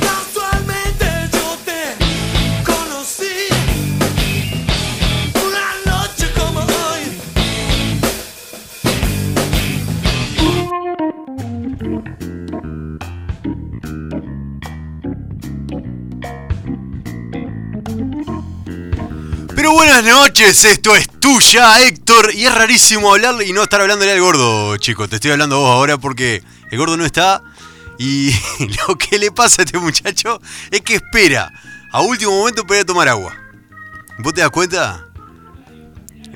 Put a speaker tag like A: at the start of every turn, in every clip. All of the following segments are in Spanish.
A: Casualmente yo te conocí una noche como hoy.
B: Pero buenas noches, esto es tuya, Héctor. Y es rarísimo hablar y no estar hablándole al gordo, chicos. Te estoy hablando a vos ahora porque el gordo no está. Y lo que le pasa a este muchacho es que espera a último momento para ir a tomar agua. ¿Vos te das cuenta?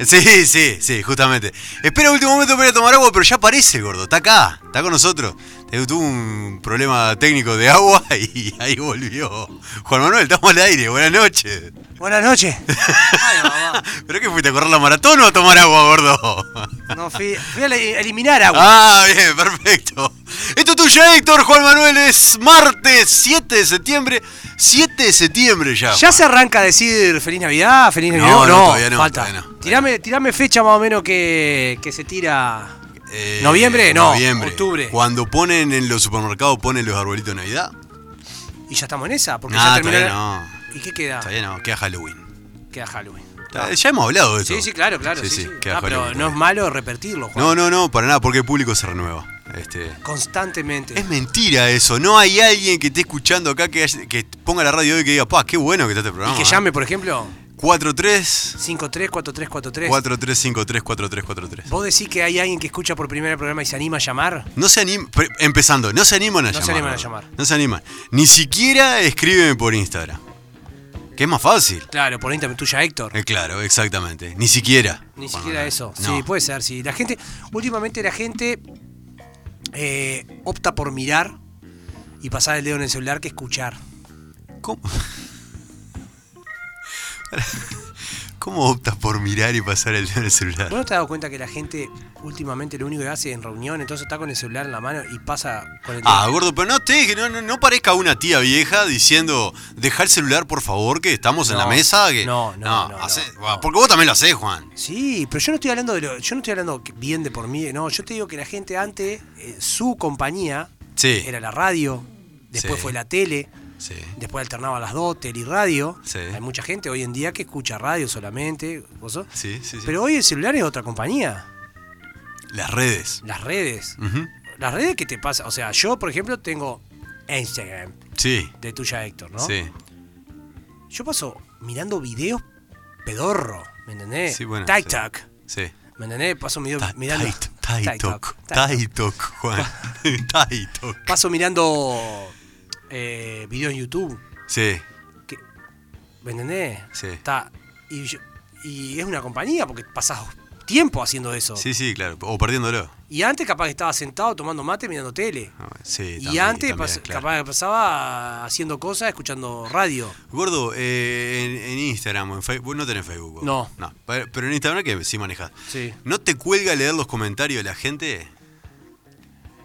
B: Sí, sí, sí, justamente. Espera a último momento para ir a tomar agua, pero ya aparece el gordo. Está acá, está con nosotros. Te- Tuvo un problema técnico de agua y ahí volvió. Juan Manuel, estamos al aire. Buenas noches.
C: Buenas noches.
B: ¿Pero qué fuiste a correr la maratón o a tomar agua, gordo?
C: No, fui, fui a la- eliminar agua.
B: Ah, bien, perfecto. Esto es tuyo, Héctor Juan Manuel. Es martes 7 de septiembre. 7 de septiembre ya.
C: ¿Ya se arranca a decir feliz Navidad, feliz
B: Ah. No,
C: Navidad? No,
B: no, todavía no,
C: falta.
B: todavía no.
C: Tirame, tirame fecha más o menos que, que se tira.
B: Eh,
C: ¿Noviembre? No, octubre.
B: Cuando ponen en los supermercados, ponen los arbolitos de Navidad.
C: Ah. ¿Y ya estamos en esa? Porque
B: No,
C: ya terminó.
B: todavía
C: la-
B: no.
C: ¿Y qué queda?
B: Todavía no, queda Halloween. Eh,
C: Queda Halloween.
B: Ya- Ya hemos hablado de eso.
C: Ah. Sí, sí, claro, claro. Sí, sí.
B: queda
C: Ah, pero
B: Halloween
C: no es
B: todavía.
C: malo repetirlo, Juan.
B: No, no, no, para nada, porque el público se renueva. Este,
C: Constantemente.
B: Es mentira eso, no hay alguien que esté escuchando acá que, haya- que ponga la radio hoy y que diga, pa, qué bueno que está este
C: y
B: programa.
C: que llame, por ejemplo,
B: 43
C: 534343.
B: 4353 4343.
C: ¿Vos decís que hay alguien que escucha por primera programa y se anima a llamar?
B: No se animan, empezando, no se animan a
C: No se
B: llamar.
C: animan a
B: gordo.
C: llamar.
B: No se animan. Ni siquiera escriben por Instagram. Que es más fácil.
C: Claro, por internet tuya, Héctor.
B: Eh, claro, exactamente. Ni siquiera.
C: Ni
B: Bueno,
C: siquiera
B: no.
C: eso.
B: No.
C: Sí, pues- puede ser. Sí. La gente, últimamente la gente eh, opta por mirar y pasar el dedo en el celular que escuchar.
B: ¿Cómo? ¿Cómo optas por mirar y pasar el dedo en el celular?
C: ¿Vos no te has dado cuenta que la gente últimamente lo único que hace en reunión, entonces está con el celular en la mano y pasa con el dedo?
B: Ah, gordo, pero no te no, no, no parezca una tía vieja diciendo, deja el celular, por favor, que estamos en
C: No,
B: la mesa. Que...
C: no, no, no,
B: hace-
C: no.
B: Buah, Porque vos también lo hacés, Juan.
C: Sí, pero yo no estoy hablando de lo, yo no estoy hablando que- bien de por mí, no, yo te digo que la gente antes, eh, su compañía
B: Sí.
C: era la radio, después
B: Sí.
C: fue la tele,
B: Sí.
C: Después alternaba las dos, tele y radio.
B: Sí.
C: Hay mucha gente hoy en día que escucha radio solamente. ¿vos sos?
B: Sí, sí, sí.
C: Pero hoy el celular es otra compañía.
B: Las redes.
C: Las redes.
B: Ujú.
C: Las redes que te pasa. O sea, yo, por ejemplo, tengo Instagram
B: Sí.
C: de tuya Héctor, ¿no?
B: Sí.
C: Yo paso mirando videos pedorro, ¿me entendés?
B: Sí, bueno, sí.
C: TikTok,
B: Sí.
C: ¿me entendés? Paso video-
B: Ta-
C: mirando...
B: tait- Taitok.
C: TikTok,
B: Taitok, Juan. Taitok.
C: Paso mirando eh, videos en YouTube.
B: Sí.
C: ¿Me entendés?
B: Sí.
C: Está, y, yo- y es una compañía porque pasás tiempo haciendo eso.
B: Sí, sí, claro. O perdiéndolo.
C: Y antes capaz que estaba sentado tomando mate mirando tele.
B: Ah, Sí,
C: y
B: también,
C: antes
B: también,
C: pas-
B: claro.
C: capaz que pasaba haciendo cosas, escuchando radio.
B: Gordo, eh, en, en Instagram o en Facebook. No tenés Facebook. vos.
C: No.
B: no. Pero pero en Instagram que sí manejás.
C: Sí.
B: ¿No te cuelga leer los comentarios de la gente?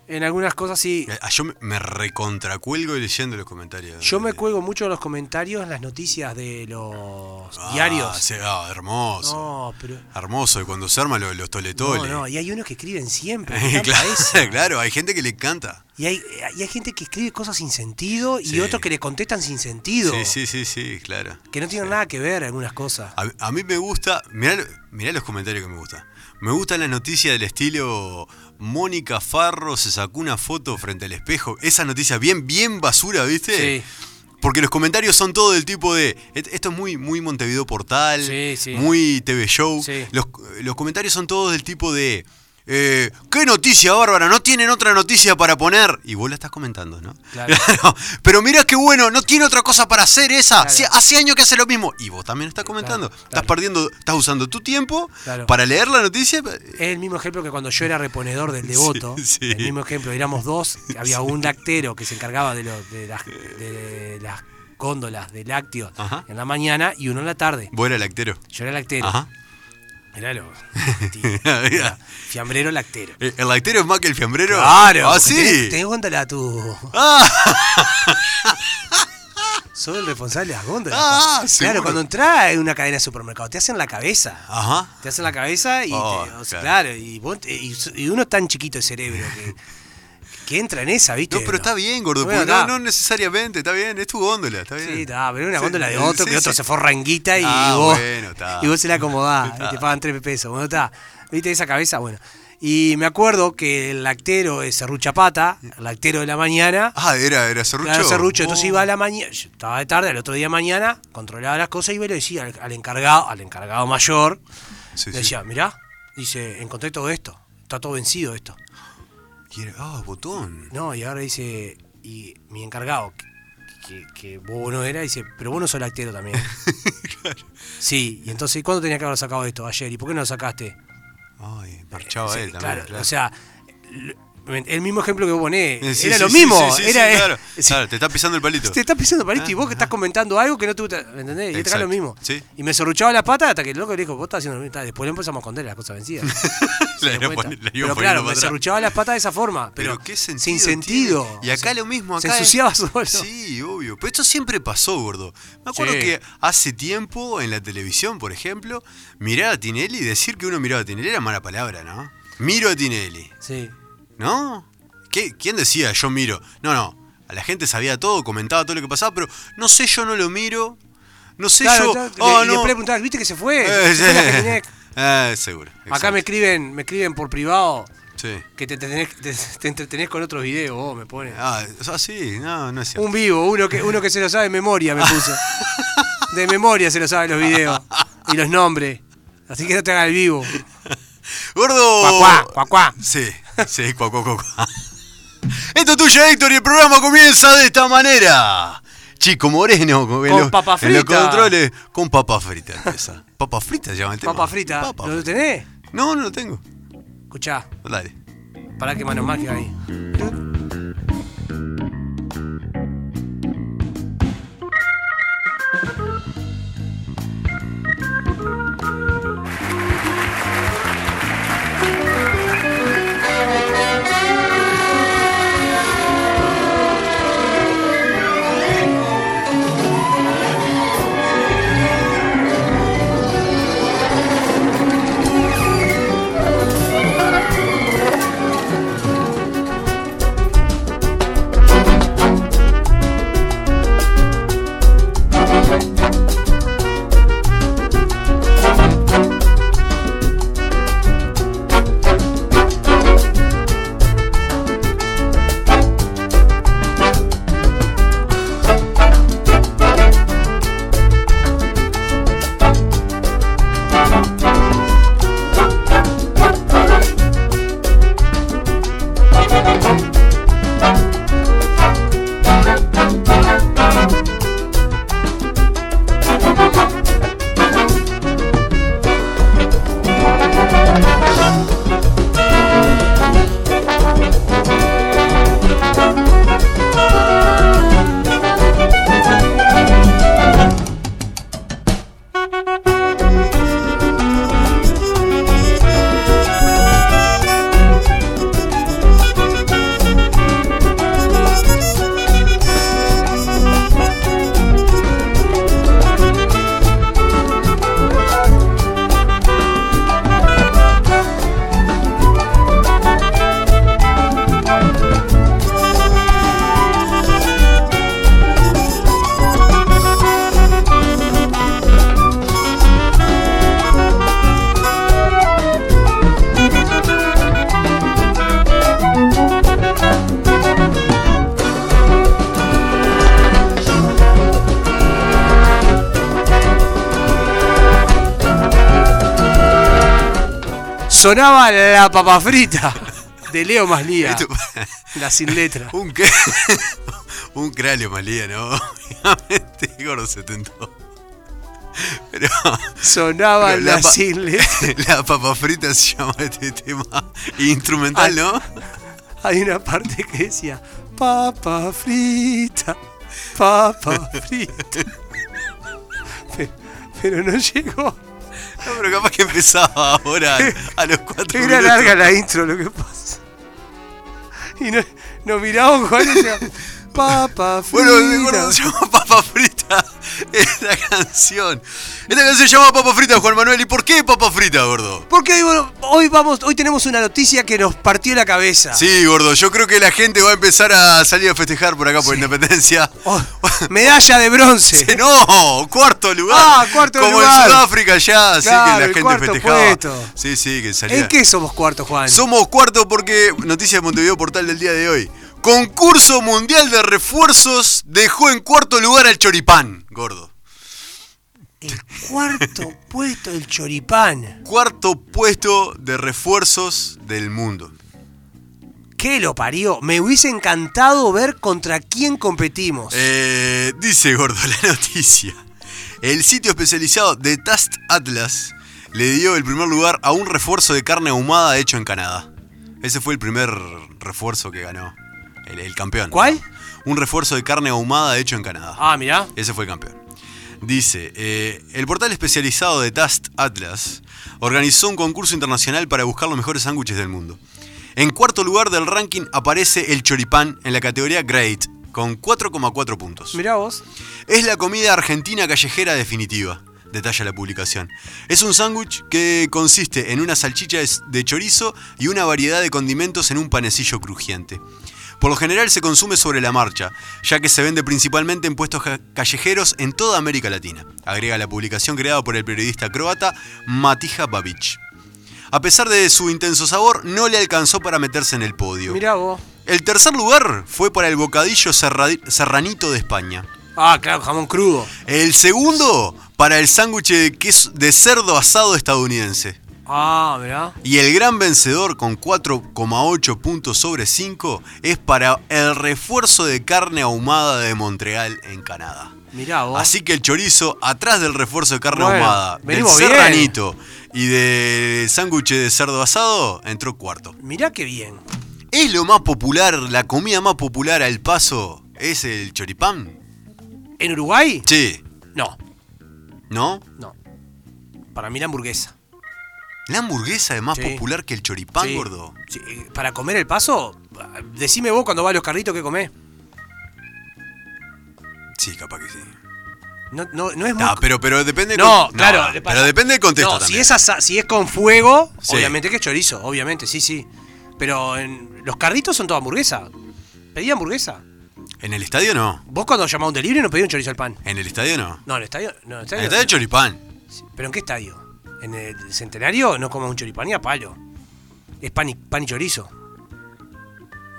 C: En algunas cosas sí.
B: Eh, Yo me- me recontracuelgo leyendo los comentarios.
C: Yo me cuelgo mucho en los comentarios, en las noticias de los
B: Ah,
C: diarios.
B: sí, ah, hermoso.
C: No, pero.
B: Hermoso. Y cuando se arma lo- los
C: No,
B: toletoles.
C: no, y hay unos que escriben siempre. me
B: Eh,
C: encanta
B: claro,
C: eso.
B: claro, hay gente que le encanta.
C: Y hay, y hay gente que escribe cosas sin sentido y
B: Sí.
C: otros que le contestan sin sentido.
B: Sí, sí, sí, sí, claro.
C: Que no tienen nada que ver algunas cosas.
B: A, a mí me gusta, mirá, lo- mirá los comentarios que me gustan. Me gustan las noticias del estilo Mónica Farro se sacó una foto frente al espejo. Esa noticia bien, bien basura, ¿viste?
C: Sí.
B: Porque los comentarios son todo del tipo de. et- Esto es muy, muy Montevideo Portal,
C: Sí, sí.
B: muy TV Show.
C: Sí.
B: Los, los comentarios son todos del tipo de. eh, ¡Qué noticia, Bárbara! No tienen otra noticia para poner. Y vos la estás comentando, ¿no?
C: Claro.
B: Pero mirá qué bueno, no tiene otra cosa para hacer esa.
C: Claro.
B: Sí, Hace años que hace lo mismo. Y vos también estás comentando.
C: claro.
B: Estás perdiendo, estás usando tu tiempo
C: Claro.
B: para leer la noticia.
C: Es el mismo ejemplo que cuando yo era reponedor del devoto.
B: Sí, sí.
C: El mismo ejemplo, éramos dos, que había un lactero que se encargaba de, lo- de las, de las góndolas de lácteos
B: Ajá.
C: en la mañana y uno en la tarde.
B: Vos eras lactero.
C: Yo era lactero.
B: Ajá.
C: Era lo. era fiambrero lactero.
B: Eh, ¿El lactero es más que el fiambrero? ¿Ah,
C: porque
B: sí?
C: Tenés, tenés góndola a tu.
B: Ah,
C: sos el responsable de las góndolas.
B: Ah,
C: claro,
B: seguro.
C: cuando entras en una cadena de supermercado, te hacen la cabeza.
B: Ajá.
C: Te hacen la cabeza y, te-
B: Oh,
C: o sea,
B: claro.
C: claro. y, vos- y- y uno es tan chiquito de cerebro que, que entra en esa, ¿viste?
B: No, pero está bien, gordo.
C: Bueno,
B: porque no,
C: está.
B: no necesariamente, está bien. Es tu góndola, está bien.
C: Sí, está, pero una
B: Sí,
C: góndola de otro,
B: sí,
C: que otro
B: sí.
C: se forra en guita y,
B: Ah,
C: vos,
B: bueno, está.
C: y vos se la acomodás, y te pagan tres pesos. Bueno, está, viste esa cabeza, bueno. Y me acuerdo que el lactero es Cerrucha Pata, el lactero de la mañana.
B: Ah, era, era serrucho.
C: Claro, Cerrucho, entonces
B: Oh.
C: iba a la mañana, estaba de tarde, al otro día mañana, controlaba las cosas y me lo decía al, al encargado, al encargado mayor,
B: Sí, sí.
C: le decía, mirá, dice, encontré todo esto, está todo vencido esto.
B: Y era- Ah, botón.
C: No, y ahora dice, y mi encargado, que, que- que vos no era, dice, pero vos no sos lactero también. Sí, y entonces, ¿cuándo tenía que haber sacado esto? Ayer, ¿y por qué no lo sacaste?
B: Ay, marchaba
C: Sí,
B: él también.
C: claro,
B: Claro,
C: o sea, l- el mismo ejemplo que vos ponés,
B: Eh, sí,
C: era
B: sí,
C: lo
B: sí,
C: mismo,
B: sí, sí,
C: era... eh,
B: sí, claro.
C: sí.
B: Claro, te está pisando el palito.
C: Te estás pensando para esto y vos que estás comentando algo que no te gusta, ¿me entendés? Y te acá
B: Exacto.
C: lo mismo.
B: Sí.
C: Y me sorruchaba la pata hasta que el loco le dijo, vos estás haciendo lo mismo. Está, Después le empezamos a esconder las cosas vencidas. ¿Se
B: La
C: dio
B: iba poni- la
C: cuenta?
B: iba
C: pero
B: poniendo
C: claro,
B: para
C: me
B: atrás.
C: sorruchaba las patas de esa forma. Pero,
B: qué sentido
C: Sin
B: tiene?
C: sentido.
B: Y acá
C: O sea,
B: lo mismo,
C: Se
B: acá. es-
C: ensuciaba solo.
B: Sí, obvio. Pero esto siempre pasó, gordo. Me acuerdo
C: Sí.
B: que hace tiempo en la televisión, por ejemplo, mirar a Tinelli y decir que uno miraba a Tinelli era mala palabra, ¿no? Miro a Tinelli,
C: Sí.
B: ¿no? ¿Qué- ¿Quién decía yo miro? No, no. A la gente sabía todo, comentaba todo lo que pasaba, pero no sé, yo no lo miro. No sé,
C: Claro,
B: yo.
C: yo-
B: Ah,
C: y
B: no.
C: después le preguntabas, ¿viste que se fue?
B: Eh,
C: Se fue la que
B: sí.
C: tenía-
B: Eh, seguro.
C: Acá me
B: exacto.
C: escriben, me escriben por privado
B: Sí.
C: que te, entretenés- te- te entretenés con otros videos, vos me pones.
B: Ah, ah, sí, no, no es cierto.
C: Un vivo, uno que, uno que se lo sabe de memoria me puso. De memoria se lo sabe los videos y los nombres. Así que no te hagas el vivo.
B: Gordo.
C: Cuacuá, cuacuá.
B: Oh. Sí, sí, cuacuá, cuacuá. Esto es tuyo, Héctor, y el programa comienza de esta manera. Chico Moreno, con,
C: Con papa
B: en los
C: frita.
B: controles, con papa frita empieza. papa frita se llama el tema.
C: Papa frita,
B: Papa
C: ¿lo
B: frita.
C: tenés?
B: No, no lo tengo.
C: Escuchá,
B: Dale.
C: pará que mano mágica ahí. Sonaba la papa frita de Leo Maslía.
B: Esto-
C: La sin letra.
B: un, cr- un cráneo malía, ¿no? Obviamente, gordo se tentó. Pero
C: Sonaba
B: Pero la
C: la
B: pa-
C: sin letra.
B: la papa frita se llama este tema instrumental, ¿no?
C: Hay una parte que decía, papa frita, papa frita. Pe- Pero no llegó.
B: No, pero capaz que empezaba ahora a los cuatro
C: Era
B: minutos.
C: larga la intro, lo que pasa. Y no- nos mirábamos con ella. papa
B: Bueno, de
C: frita.
B: gordo se llama Papa Frita. Es la canción. Esta canción se llama Papa Frita, Juan Manuel. ¿Y por qué Papa Frita, gordo?
C: Porque hoy, bueno, hoy vamos, hoy tenemos una noticia que nos partió la cabeza.
B: Sí, gordo, yo creo que la gente va a empezar a salir a festejar por acá por Independencia.
C: Oh, medalla de bronce.
B: Sí, no, cuarto lugar.
C: Ah, cuarto
B: Como
C: lugar.
B: en Sudáfrica ya, así
C: Claro,
B: que la
C: el
B: gente
C: cuarto
B: festejaba.
C: puesto.
B: Sí, sí, que salía.
C: ¿En qué somos cuarto, Juan?
B: Somos cuarto porque Noticias de Montevideo Portal del día de hoy. Concurso mundial de refuerzos dejó en cuarto lugar al Choripán, gordo.
C: el cuarto puesto del choripán.
B: Cuarto puesto de refuerzos del mundo.
C: ¿Qué lo parió? Me hubiese encantado ver contra quién competimos.
B: Eh, dice Gordo la noticia. El sitio especializado de Tast Atlas le dio el primer lugar a un refuerzo de carne ahumada hecho en Canadá. Ese fue el primer refuerzo que ganó el, el campeón.
C: ¿Cuál?
B: Un refuerzo de carne ahumada hecho en Canadá.
C: Ah, mirá.
B: Ese fue el campeón. Dice, eh, el portal especializado de Tast Atlas organizó un concurso internacional para buscar los mejores sándwiches del mundo. En cuarto lugar del ranking aparece el choripán en la categoría Great, con 4,4 puntos.
C: Mirá vos.
B: Es la comida argentina callejera definitiva, detalla la publicación. Es un sándwich que consiste en una salchicha es- de chorizo y una variedad de condimentos en un panecillo crujiente. Por lo general se consume sobre la marcha, ya que se vende principalmente en puestos ca- callejeros en toda América Latina, agrega la publicación creada por el periodista croata Matija Babic. A pesar de su intenso sabor, no le alcanzó para meterse en el podio.
C: Mirá vos.
B: El tercer lugar fue para el bocadillo serradi- serranito de España.
C: Ah, claro, jamón crudo.
B: El segundo para el sándwich de, queso- de cerdo asado estadounidense.
C: Ah, mirá.
B: Y el gran vencedor con 4,8 puntos sobre 5 es para el refuerzo de carne ahumada de Montreal en Canadá.
C: Mirá vos.
B: Así que el chorizo, atrás del refuerzo de carne
C: Oh. Bueno,
B: ahumada, del
C: venimos bien.
B: serranito y del sándwich de cerdo asado, entró cuarto.
C: Mirá qué bien.
B: ¿Es lo más popular, la comida más popular al paso? ¿Es el choripán?
C: ¿En Uruguay?
B: Sí,
C: No,
B: ¿no?
C: no. Para mí la hamburguesa.
B: ¿La hamburguesa es más
C: Sí.
B: popular que el choripán,
C: Sí.
B: gordo?
C: Sí, eh, Para comer el paso, ah, decime vos cuando va a los carritos qué comés.
B: Sí, capaz que sí.
C: No, no, no es muy
B: No, pero, pero depende del
C: No,
B: con-
C: claro.
B: pero
C: pasa-
B: depende del contexto
C: No, si
B: también.
C: es, asa- si es con fuego,
B: Sí.
C: obviamente que es chorizo, obviamente, sí, sí. Pero en- los carritos son toda hamburguesa. Pedí hamburguesa.
B: En el estadio no.
C: Vos cuando llamás un delivery no pedí un chorizo al pan.
B: En el estadio no.
C: No, en el estadio. No, en el
B: En
C: estadio.
B: el estadio choripán.
C: ¿Pero en qué estadio? ¿En el centenario no comas un choripán ni a palo? Es pan y, pan y chorizo.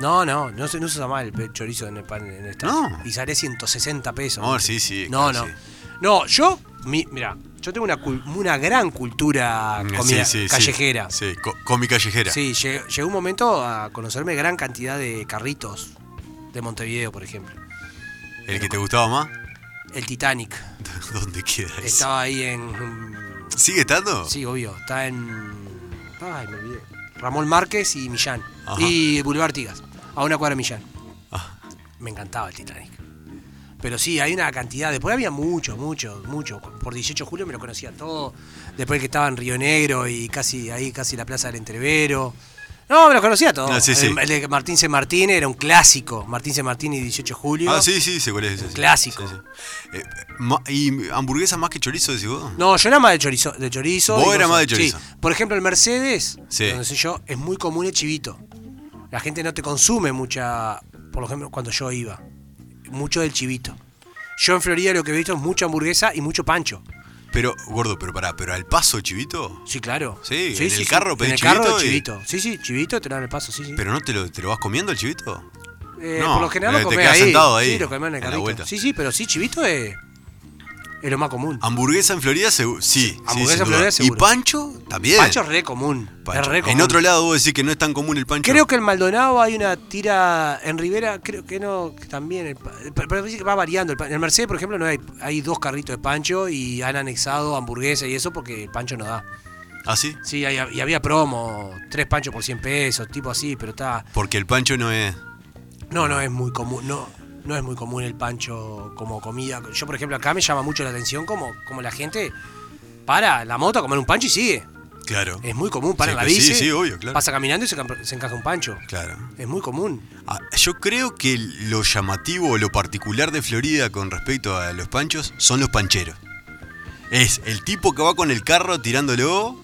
C: No, no, no se, no se usa mal el pe- chorizo en el pan en el estadio.
B: No.
C: Y sale 160 pesos.
B: No, sí, sí,
C: No,
B: claro,
C: no.
B: sí.
C: No, yo, mi- mira, yo tengo una, cul- una gran cultura comida
B: Mm, Sí, sí, sí.
C: callejera.
B: Sí, co- comi callejera.
C: Sí, lle- llegó un momento a conocerme gran cantidad de carritos de Montevideo, por ejemplo.
B: ¿El que te gustaba más?
C: El Titanic
B: ¿Dónde queda ese?
C: estaba ahí en
B: ¿Sigue estando?
C: Sí, obvio. Está en. Ay, me olvidé. Ramón Márquez y Millán.
B: Ajá.
C: Y Boulevard Tigas. A una cuadra de Millán.
B: Ah.
C: Me encantaba el Titanic. Pero sí, hay una cantidad. Después había mucho, mucho, mucho. Por 18 de julio me lo conocía todo. Después que estaba en Río Negro y casi ahí, casi la Plaza del Entrevero. No, me lo conocía todo.
B: Ah, sí, sí.
C: El, el de Martín C. Martín era un clásico. Martín C. Martín y 18 de julio.
B: Ah, sí, sí, se cuál es ese, sí.
C: clásico.
B: Sí, sí. Eh, ma- ¿Y hamburguesa más que chorizo, decís vos?
C: No, yo era más de chorizo. De chorizo
B: Vos
C: y
B: eras
C: cosas.
B: más de chorizo.
C: Sí. Por ejemplo, el Mercedes,
B: Sí.
C: donde soy yo, es muy común el chivito. La gente no te consume mucha, por ejemplo, cuando yo iba, mucho del chivito. Yo en Florida lo que he visto es mucha hamburguesa y mucho pancho.
B: Pero, gordo, pero pará, pero al paso chivito.
C: Sí, claro.
B: Sí, en el carro pedí
C: En el
B: chivito
C: carro
B: y-
C: chivito. Sí, sí, chivito te lo dan el paso, sí, sí.
B: ¿Pero no te lo, te lo vas comiendo el chivito?
C: Eh,
B: no,
C: por lo general
B: eh,
C: lo
B: te
C: comés
B: quedas
C: ahí.
B: sentado ahí,
C: Sí, lo comés en
B: en
C: el
B: la
C: carrito.
B: vuelta.
C: Sí, sí, pero sí, chivito es, es lo más común.
B: Hamburguesa en Florida, segu- sí. sí,
C: Hamburguesa
B: sin
C: en
B: duda.
C: Florida,
B: ¿Y
C: seguro.
B: pancho? También.
C: Pancho es re común.
B: Pancho.
C: Es re común.
B: En otro lado vos decís que no es tan común el pancho.
C: Creo que en Maldonado hay una tira en Rivera, creo que no, que también. el pa- pero- pero dice que va variando. el pa- En el Mercedes, por ejemplo, no hay, hay dos carritos de pancho y han anexado hamburguesa y eso porque el pancho no da.
B: ¿Ah, sí?
C: Sí, hay- y había promo, tres panchos por 100 pesos, tipo así, pero está.
B: Porque el pancho no es.
C: No, no es muy común, no. No es muy común el pancho como comida. Yo, por ejemplo, acá me llama mucho la atención como, como la gente para la moto a comer un pancho y sigue.
B: Claro.
C: Es muy común, para
B: Sí,
C: la
B: que sí,
C: bici.
B: sí, obvio, claro.
C: Pasa caminando y se, camp- se encaja un pancho.
B: Claro.
C: Es muy común.
B: Ah, Yo creo que lo llamativo, lo particular de Florida con respecto a los panchos son los pancheros. Es el tipo que va con el carro tirándolo.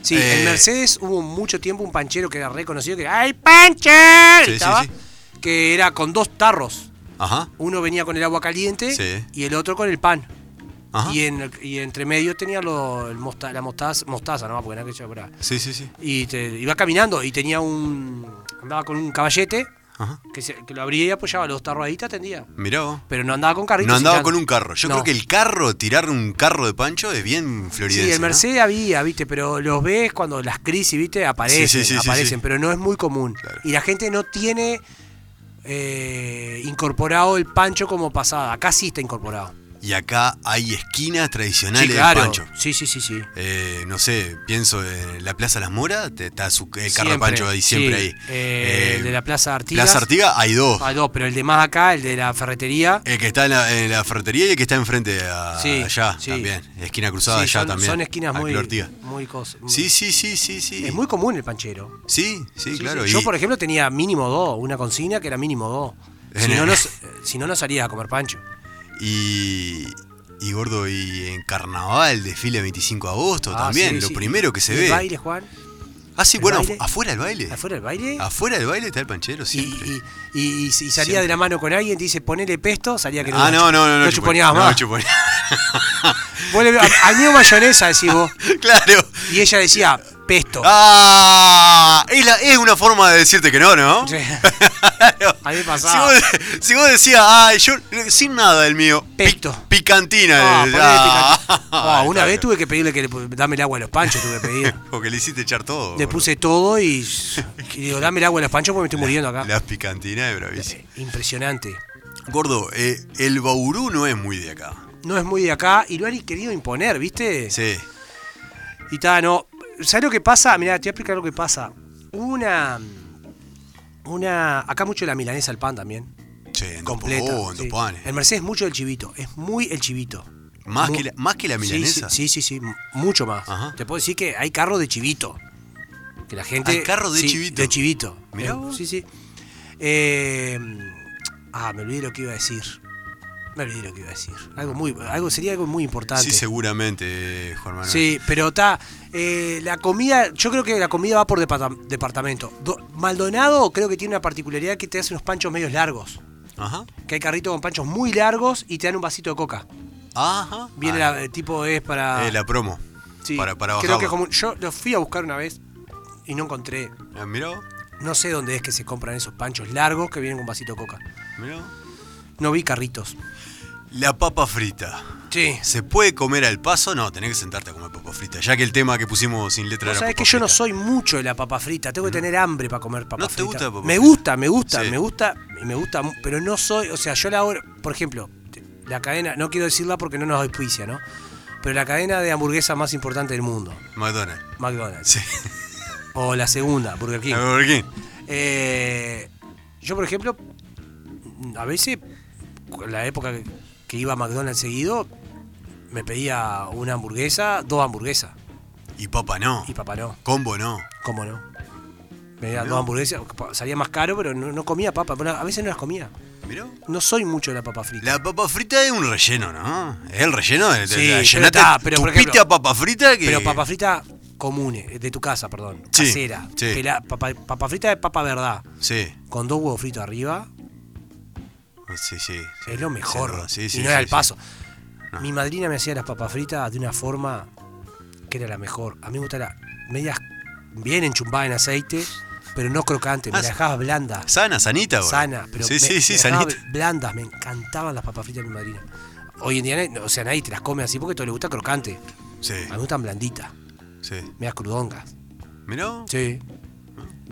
C: Sí,
B: Eh,
C: en Mercedes hubo mucho tiempo un panchero que era reconocido que era ¡Ay, pancher!
B: Sí, sí,
C: Estaba,
B: sí.
C: Que era con dos tarros.
B: Ajá.
C: Uno venía con el agua caliente
B: Sí.
C: y el otro con el pan.
B: Ajá.
C: Y, en, y entre medio tenía lo- el mosta- la mostaza, mostaza nomás, porque no que yo, pero-
B: Sí, sí, sí.
C: Y te- iba caminando y tenía un. andaba con un caballete
B: Ajá.
C: que, se- que lo abría y apoyaba los tarros ahí y te atendía.
B: Mirá vos.
C: Pero no andaba con carrito.
B: No andaba
C: sino-
B: con un carro. Yo
C: No.
B: creo que el carro, tirar un carro de pancho es bien floridense.
C: Sí, el
B: ¿no?
C: Mercedes había, viste, pero los ves cuando las crisis, viste, aparecen,
B: Sí, sí, sí, sí,
C: aparecen,
B: sí.
C: pero no es muy común.
B: Claro.
C: Y la gente no tiene eh, incorporado el pancho como pasada. Acá sí está incorporado.
B: Y acá hay esquinas tradicionales
C: sí, claro.
B: de pancho.
C: Sí, sí, sí, sí.
B: Eh, no sé, pienso en la Plaza Las Moras, te- está su, el carro de
C: Siempre,
B: pancho ahí, siempre
C: sí.
B: ahí.
C: Eh, el de la Plaza Artigas.
B: Plaza Artigas hay dos.
C: Ah, no, pero el de más acá, el de la ferretería.
B: El que está en la, en la ferretería y el que está enfrente a,
C: Sí,
B: allá
C: sí.
B: también. Esquina cruzada
C: sí,
B: allá
C: son,
B: también.
C: son esquinas
B: a
C: muy,
B: Clor Ortiga.
C: muy cosas.
B: Sí, sí, sí, sí, sí.
C: Es muy común el panchero.
B: Sí, sí,
C: Sí,
B: claro.
C: sí. Yo,
B: y-
C: por ejemplo, tenía mínimo dos, una consigna que era mínimo dos. Si
B: En
C: no,
B: el-
C: no, s- si no, no salía a comer pancho.
B: Y, y gordo, y en carnaval, desfile 25 de agosto
C: Ah,
B: también,
C: sí,
B: lo
C: sí.
B: primero que se
C: ¿Y
B: ve.
C: El baile, Juan.
B: ah, sí,
C: el
B: bueno,
C: baile.
B: afuera del baile.
C: Afuera el baile.
B: Afuera del baile está el panchero
C: Y,
B: siempre.
C: y- y- y- y salía
B: Siempre.
C: de la mano con alguien, te dice ponele pesto, salía que no.
B: ah, no, no, no.
C: No
B: chupone-
C: chuponeabas
B: no, chupone-
C: más. Vos le- a- al mío mayonesa, decís vos.
B: claro.
C: Y ella decía pesto.
B: Ah, es, la- es una forma de decirte que no, ¿no?
C: Sí.
B: Claro.
C: A mí me
B: Si
C: pasaba.
B: vos, si vos decías, ay, yo sin nada del mío. pic-
C: Pesto.
B: picantina.
C: Ah,
B: eh,
C: ponele
B: ah.
C: picante. Ah, una
B: Claro.
C: vez tuve que pedirle que le, pu- dame el agua a los panchos, tuve que pedir.
B: Porque le hiciste echar todo.
C: Le
B: gordo.
C: puse todo y, y digo, dame el agua a los panchos porque me estoy muriendo acá.
B: Las picantinas de bravísimo.
C: Eh, Impresionante.
B: Gordo, eh, el Bauru no es muy de acá.
C: No es muy de acá y lo han querido imponer, ¿viste?
B: Sí.
C: Y ta, no. ¿Sabes lo que pasa? Mirá, te voy a explicar lo que pasa. Una. Una. Acá mucho la milanesa al pan también.
B: Sí, en
C: Completa.
B: Topó, en
C: sí.
B: Topanes.
C: El Mercedes mucho del chivito. Es muy el chivito.
B: Más,
C: Mu-
B: que la, más que la
C: Sí,
B: milanesa.
C: Sí, sí, sí, sí, Mucho más.
B: Ajá.
C: Te puedo decir que hay carros de chivito. Que la gente.
B: Hay carros de
C: sí,
B: chivito.
C: De chivito.
B: Mirá
C: Eh,
B: vos.
C: Sí, sí. Eh, ah, me olvidé lo que iba a decir. Me olvidé lo que iba a decir. Algo muy. Algo, sería algo muy importante.
B: Sí, seguramente, eh, Juan Manuel.
C: Sí, pero está. eh, la comida, yo creo que la comida va por depata- departamento. Do- Maldonado creo que tiene una particularidad que te hace unos panchos medios largos.
B: Ajá.
C: Que hay carritos con panchos muy largos y te dan un vasito de coca.
B: Ajá.
C: Viene
B: Ah,
C: la- el tipo es para.
B: eh, la promo.
C: sí,
B: Para, para
C: creo
B: bajarla.
C: que es común. Yo los fui a buscar una vez y no encontré.
B: Ah, mirá vos,
C: No sé dónde es que se compran esos panchos largos que vienen con vasito de coca.
B: mirá vos.
C: No vi carritos.
B: La papa frita.
C: Sí.
B: ¿Se puede comer al paso? No, tenés que sentarte a comer papa frita. Ya que el tema que pusimos sin letra
C: Vos
B: era
C: sabés
B: papa
C: que yo no
B: frita.
C: soy mucho de la papa frita, tengo que tener hambre para comer papa
B: ¿No te
C: frita.
B: gusta la papa
C: me
B: frita?
C: gusta, me gusta,
B: Sí.
C: me gusta, y me gusta, mu- pero no soy, o sea, yo la hago, por ejemplo, te- la cadena, no quiero decirla porque no nos auspicia, ¿no? Pero la cadena de hamburguesas más importante del mundo,
B: McDonald's.
C: McDonald's.
B: Sí.
C: O la segunda, Burger King.
B: La Burger King.
C: Eh, yo, por ejemplo, a veces, en la época que- que iba a McDonald's seguido, me pedía una hamburguesa, dos hamburguesas,
B: Y papa no.
C: y papá no.
B: Combo no.
C: ¿Cómo no? Me
B: Mirá.
C: daban dos hamburguesas, pa- salía más caro, pero no, no comía papa. Bueno, a veces no las comía.
B: Mirá vos.
C: No soy mucho de la papa frita.
B: La papa frita es un relleno, ¿no? Es el relleno de
C: Sí,
B: la
C: pero está, pero por ejemplo-
B: a papa frita que.
C: Pero papa frita común, eh, de tu casa, perdón.
B: Sí,
C: casera.
B: sí.
C: Pela- papa, papa frita de papa verdad.
B: Sí,
C: Con dos huevos fritos arriba,
B: sí, sí. sí.
C: es lo mejor.
B: Sí, sí,
C: y no
B: sí,
C: era el
B: sí.
C: paso.
B: No.
C: Mi madrina me hacía las papas fritas de una forma que era la mejor. A mí me gusta la medias bien enchumbada en aceite, pero no crocante. Me
B: Ah,
C: la dejaba blanda.
B: Sana, sanita, güey.
C: sana, pero
B: Sí,
C: me-
B: sí,
C: me
B: sí,
C: dejaba
B: sanita.
C: blandas, me encantaban las papas fritas de mi madrina. Hoy en día, no- o sea, nadie te las come así porque todo le gusta crocante.
B: Sí,
C: A mí me gustan blanditas,
B: sí.
C: medias crudongas.
B: Mirá.
C: Sí.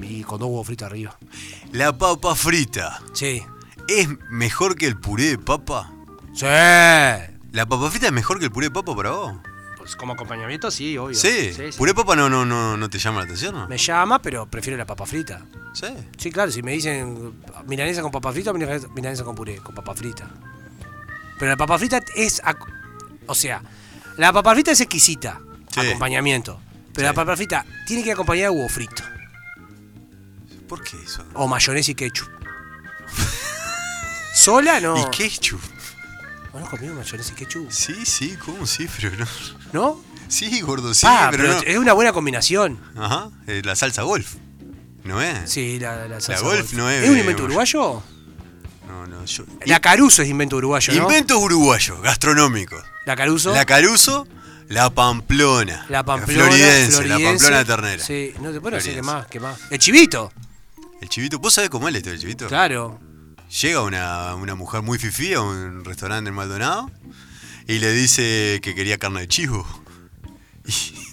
C: Y con dos huevos fritos arriba.
B: La papa frita
C: Sí.
B: es mejor que el puré de papa.
C: Sí.
B: ¿La papa frita es mejor que el puré de papa para vos?
C: Pues como acompañamiento, sí, obvio.
B: Sí. ¿Puré de papa no, no, no, no te llama la atención? ¿no?
C: Me llama, pero prefiero la papa frita.
B: Sí.
C: Sí, claro, si me dicen milanesa con papa frita, milanesa milanesa con puré, con papa frita. Pero la papa frita es. ac- O sea, la papa frita es exquisita.
B: Sí.
C: Acompañamiento. Pero la papa frita tiene que ir acompañada de huevo frito.
B: ¿Por qué eso?
C: O mayonesa y ketchup. ¿Sola? No.
B: ¿Y ketchup?
C: ¿Vos no has comido mayonesa y ketchup?
B: Sí, sí, ¿cómo sí? Pero no.
C: ¿No?
B: Sí, gordo, sí,
C: ah,
B: pero,
C: pero,
B: no.
C: es una buena combinación.
B: Ajá, eh, la salsa golf. ¿No es?
C: Sí, la, la salsa
B: golf no es,
C: ¿Es un
B: eh,
C: invento
B: may-
C: uruguayo?
B: No, no, yo.
C: La Caruso es invento uruguayo, ¿no?
B: Inventos uruguayos, gastronómicos.
C: La Caruso.
B: La Caruso, la Pamplona.
C: la Pamplona.
B: Floridense, la
C: floridense.
B: Pamplona ternera.
C: Sí, no te puedo
B: Floridense.
C: decir que más, que más. El chivito,
B: El chivito, ¿vos sabés cómo es la historia del chivito?
C: claro.
B: Llega una, una mujer muy fifí a un restaurante en Maldonado y le dice que quería carne de chivo.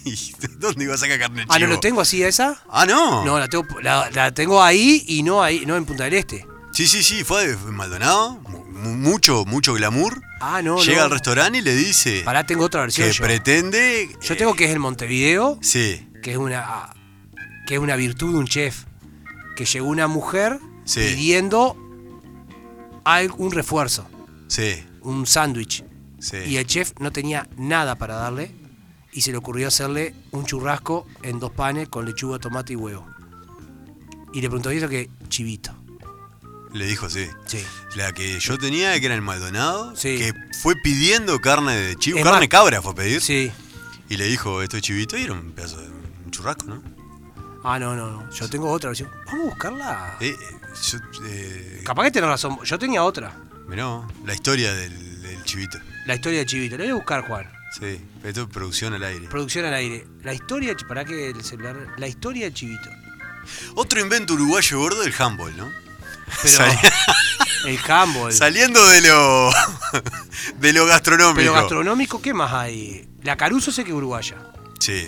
B: Y, y, ¿Dónde iba a sacar carne de chivo?
C: Ah, ¿no lo tengo así a esa?
B: Ah, no.
C: No, la tengo, la, la tengo ahí y no ahí, no en Punta del Este.
B: Sí, sí, sí, fue en Maldonado. mu- mu- mucho, mucho glamour.
C: Ah, no,
B: Llega
C: no.
B: al restaurante y le dice
C: Pará, tengo otra
B: que
C: versión. Yo,
B: pretende.
C: Yo
B: eh,
C: tengo que es el Montevideo,
B: Sí,
C: que es una que es una virtud de un chef. Que llegó una mujer
B: Sí.
C: pidiendo al- un refuerzo,
B: sí,
C: un sándwich.
B: sí.
C: Y el chef no tenía nada para darle y se le ocurrió hacerle un churrasco en dos panes con lechuga, tomate y huevo. Y le preguntó, ¿y eso qué? Chivito.
B: Le dijo sí.
C: Sí.
B: La que yo tenía, que era en Maldonado,
C: Sí.
B: que fue pidiendo carne de chivo,
C: Es
B: carne
C: más-
B: cabra fue a pedir.
C: Sí.
B: Y le dijo, esto es chivito, y era un pedazo de un churrasco, ¿no?
C: Ah, no, no, no. Yo tengo otra versión. Vamos a buscarla.
B: Eh, eh, yo, eh,
C: Capaz que tenés razón. Yo tenía otra.
B: mirá, la historia del, del chivito.
C: La historia de Chivito. La voy a buscar, Juan.
B: Sí, esto es producción al aire.
C: Producción al aire. La historia, para que el celular. La historia de Chivito.
B: Otro invento uruguayo gordo, el handball, ¿no?
C: Pero
B: Sali-
C: el handball.
B: saliendo de lo, de lo gastronómico.
C: Pero gastronómico, ¿qué más hay? La Caruso sé que es uruguaya.
B: Sí,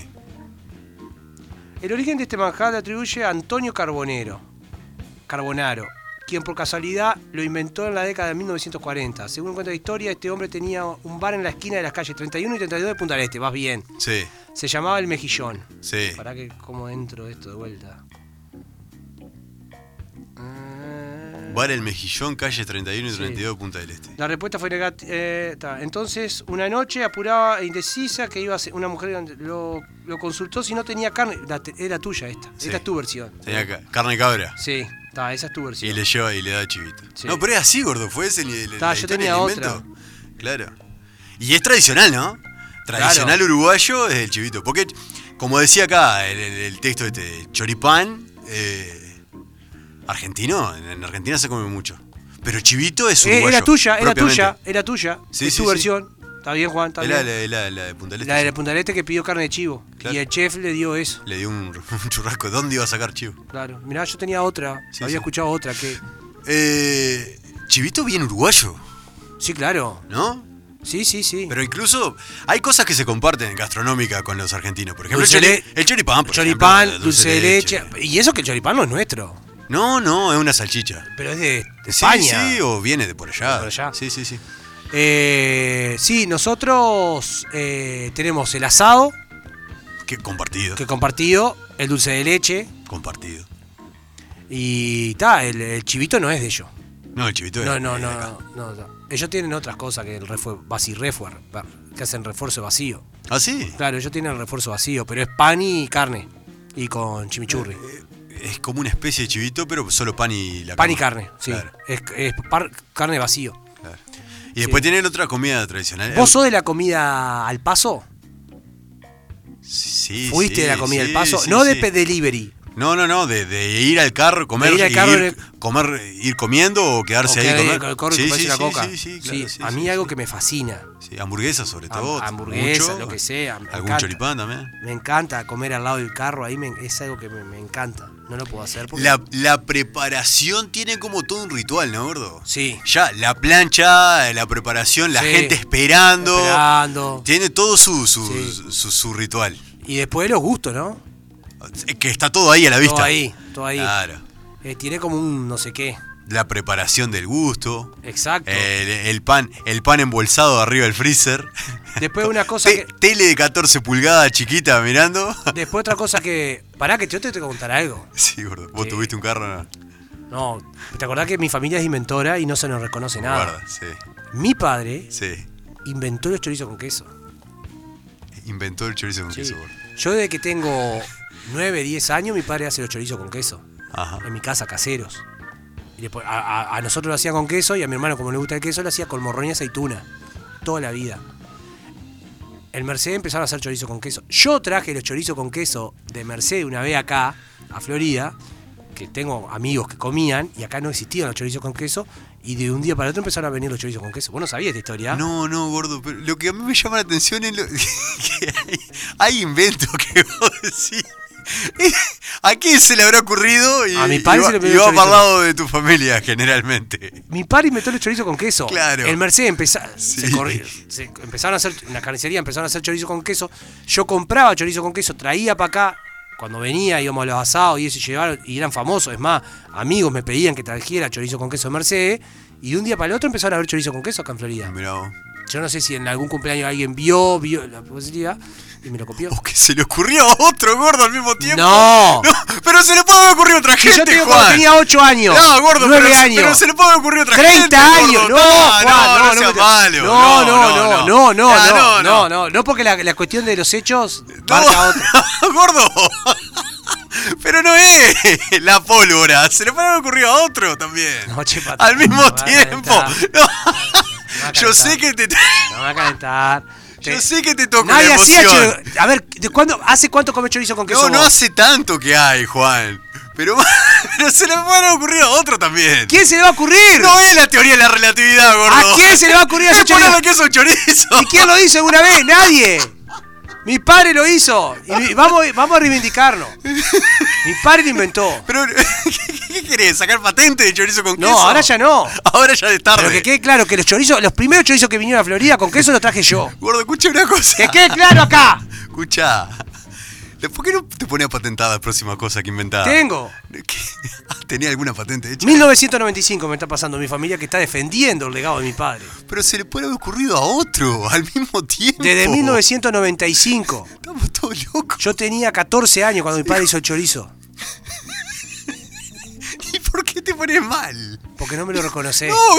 C: El origen de este manjar le atribuye a Antonio Carbonero. Carbonaro, quien por casualidad lo inventó en la década de 1940. Según cuenta la historia, este hombre tenía un bar en la esquina de las calles 31 y 32 de Punta del Este. Vas bien.
B: sí,
C: Se llamaba El Mejillón.
B: sí.
C: Pará que como dentro de esto de vuelta. Ah.
B: Bar El Mejillón, calle 31 y 32, Punta del Este.
C: La respuesta fue negativa. eh, entonces, una noche apurada e indecisa que iba a ser una mujer lo, lo consultó si no tenía carne. La te- era tuya esta.
B: Sí.
C: Esta es tu versión.
B: Tenía ca- carne cabra.
C: Sí, está, esa es tu
B: Y
C: versión.
B: le lleva y le da chivito.
C: Sí.
B: No, pero es así, gordo. Fue ese el, el,
C: Ta,
B: la
C: yo
B: historia
C: tenía
B: del
C: otra.
B: invento. Claro. Y es tradicional, ¿no? Tradicional uruguayo es el chivito. Porque, como decía acá el, el- el texto este, choripán, eh, argentino, en, en Argentina se come mucho. Pero chivito es
C: Eh,
B: uruguayo.
C: era tuya, era
B: propiamente.
C: tuya, era tuya.
B: Sí,
C: es
B: sí,
C: tu
B: sí.
C: versión. Está bien, Juan, está
B: Es la,
C: bien.
B: la- la- la de Punta del Este,
C: La de
B: sí.
C: la Punta del Este que pidió carne de chivo.
B: Claro.
C: Y el chef le dio eso.
B: Le dio un, un churrasco. ¿Dónde iba a sacar chivo?
C: Claro. Mirá, yo tenía otra.
B: Sí,
C: había
B: sí.
C: escuchado otra que.
B: Eh, chivito bien uruguayo,
C: Sí, claro.
B: ¿no?
C: Sí, sí, sí.
B: Pero incluso hay cosas que se comparten gastronómica con los argentinos. Por ejemplo,
C: Dulce
B: el, chori-
C: le-
B: el choripán. por
C: choripán,
B: ejemplo,
C: dulce de leche. Y eso que el choripán no es nuestro.
B: No, no, es una salchicha.
C: Pero es de, de
B: Sí,
C: España.
B: sí, o viene de por allá.
C: De por allá.
B: Sí, sí, sí.
C: Eh, sí, nosotros eh, tenemos el asado,
B: Qué compartido.
C: que compartido, el dulce de leche
B: Compartido.
C: y ta, el, el chivito no es de ellos.
B: No, el chivito es-
C: No, no,
B: es de
C: no,
B: acá.
C: no, no. Ellos tienen otras cosas que el refuerzo, refuer, que hacen refuerzo vacío.
B: ¿Ah, sí?
C: Claro, ellos tienen el refuerzo vacío, pero es pan y carne y con chimichurri.
B: Eh, Es como una especie de chivito, pero solo pan y la
C: pan y carne, sí.
B: eh, Claro,
C: Es, es par- carne vacío.
B: claro. Y después tienen otra comida tradicional.
C: ¿Vos sos de la comida al paso?
B: Sí,
C: ¿Fuiste
B: sí,
C: de la comida
B: sí,
C: al paso?
B: sí,
C: no de
B: sí.
C: pe- delivery.
B: No, no, no, de, de ir al carro, comer,
C: ir al
B: y
C: carro
B: ir, comer, ir comiendo o quedarse
C: O
B: ahí
C: quedar
B: comer.
C: con el corro y
B: sí,
C: comerse
B: sí,
C: una
B: sí,
C: coca.
B: sí, sí, claro,
C: Sí,
B: sí,
C: a mí
B: sí,
C: algo
B: sí.
C: que me fascina.
B: Sí, hamburguesas sobre
C: Ham-
B: todo.
C: hamburguesas,
B: mucho.
C: lo que sea, me
B: Algún
C: encanta.
B: choripán también.
C: Me encanta comer al lado del carro, ahí me- es algo que me, me encanta. No lo puedo hacer porque...
B: La, la preparación tiene como todo un ritual, ¿no, gordo?
C: Sí.
B: Ya, la plancha, la preparación, la
C: Sí.
B: gente esperando.
C: Esperando.
B: Tiene todo su, su,
C: Sí.
B: su- su ritual.
C: Y después los gustos, ¿no?
B: Es Que está todo ahí a la vista.
C: Todo ahí, todo ahí.
B: Claro.
C: Eh, tiene como un no sé qué.
B: La preparación del gusto.
C: Exacto.
B: El, Eh, el pan, el pan embolsado arriba del freezer.
C: Después una cosa
B: Te-
C: que...
B: Tele de 14 pulgadas chiquita mirando.
C: Después otra cosa que... Pará, que yo te tengo que contar algo.
B: Sí, gordo. Vos
C: Sí.
B: tuviste un carro. No,
C: No, ¿te acordás que mi familia es inventora y no se nos reconoce nada?
B: Guarda, sí,
C: Mi padre
B: sí.
C: inventó los chorizos con queso.
B: inventó el chorizo con
C: Sí.
B: queso gordo.
C: Yo desde que tengo 9, 10 años, mi padre hace los chorizos con queso.
B: Ajá.
C: En mi casa, caseros. Y después, a, a- a nosotros lo hacía con queso y a mi hermano, como le gusta el queso, lo hacía con morrón y aceituna. Toda la vida. En Mercedes empezaron a hacer chorizo con queso. Yo traje los chorizos con queso de Mercedes una vez acá, a Florida, que tengo amigos que comían y acá no existían los chorizos con queso. Y de un día para otro empezaron a venir los chorizos con queso. Vos no sabías esta historia.
B: No, no, gordo, pero lo que a mí me llama la atención es lo, que hay, hay inventos que vos decís. ¿A quién se le habrá ocurrido? Y,
C: A mi padre
B: y va-
C: se le pidió
B: y va para
C: chorizo.
B: el lado de tu familia, generalmente.
C: Mi padre inventó los chorizos con queso.
B: Claro.
C: El Mercedes empeza- se
B: Sí.
C: corri- se empezaron a hacer, en la carnicería empezaron a hacer chorizo con queso. Yo compraba chorizo con queso, traía para acá. Cuando venía íbamos a los asados y eso y llevaron, y eran famosos. Es más, amigos me pedían que trajera chorizo con queso de Mercedes. Y de un día para el otro empezaron a haber chorizo con queso acá en Florida.
B: Mirá vos.
C: Yo no sé si en algún cumpleaños alguien vio, vio la posibilidad y me lo copió.
B: O que se le ocurrió a otro gordo al mismo tiempo.
C: ¡No!
B: No, pero se le puede haber ocurrido a otra
C: Que
B: gente,
C: yo te digo cuando
B: Juan.
C: tenía 8 años.
B: No, gordo,
C: 9
B: pero,
C: años.
B: pero se le puede haber ocurrido a otra
C: 30
B: gente.
C: años, no,
B: gordo.
C: Juan,
B: no, no,
C: no,
B: seas
C: me-
B: malo.
C: No, no, no, no, no,
B: Ah,
C: no, no, no, no, porque la, la cuestión de los hechos marca otra.
B: No, gordo. Pero no es la pólvora. Se le puede haber ocurrido a otro también.
C: No, che, patrón,
B: Al mismo
C: me va a
B: tiempo.
C: calentar.
B: No.
C: a
B: Yo sé que
C: calentar.
B: te.
C: No me va a calentar.
B: Yo
C: Te-
B: sé que te toca
C: Nadie
B: la
C: hacía
B: emoción.
C: chorizo- A ver, ¿de cuándo, ¿hace cuánto come chorizo con queso?
B: No, no
C: vos?
B: hace tanto que hay, Juan. Pero, pero se le puede haber ocurrido a otro también.
C: ¿Quién se le va a ocurrir?
B: No es la teoría de la relatividad, gordo.
C: ¿A quién se le va a ocurrir
B: Es
C: hacer chorizo?
B: ponerle queso a un chorizo.
C: ¿Y quién lo hizo alguna vez? Nadie. Mi padre lo hizo. Y vi- vamos, vamos a reivindicarnos. Mi padre lo inventó.
B: Pero, ¿qué, qué- qué querés? ¿Sacar patente de chorizo con
C: No,
B: queso?
C: ahora ya no.
B: Ahora ya es tarde.
C: Pero que quede claro que los chorizos, los primeros chorizos que vinieron a Florida con queso los traje yo.
B: Gordo, escucha una cosa.
C: Que quede claro acá.
B: Escucha. ¿Por qué no te pones a patentar la próxima cosa que inventás?
C: Tengo.
B: ¿Qué? Ah, ¿Tenía alguna patente hecha?
C: 1995 me está pasando mi familia que está defendiendo el legado de mi padre.
B: Pero se le puede haber ocurrido a otro al mismo tiempo.
C: Desde 1995.
B: Estamos todos locos.
C: Yo tenía 14 años cuando mi padre hizo el chorizo.
B: ¿Y por qué te pones mal?
C: Porque no me lo reconocés.
B: No,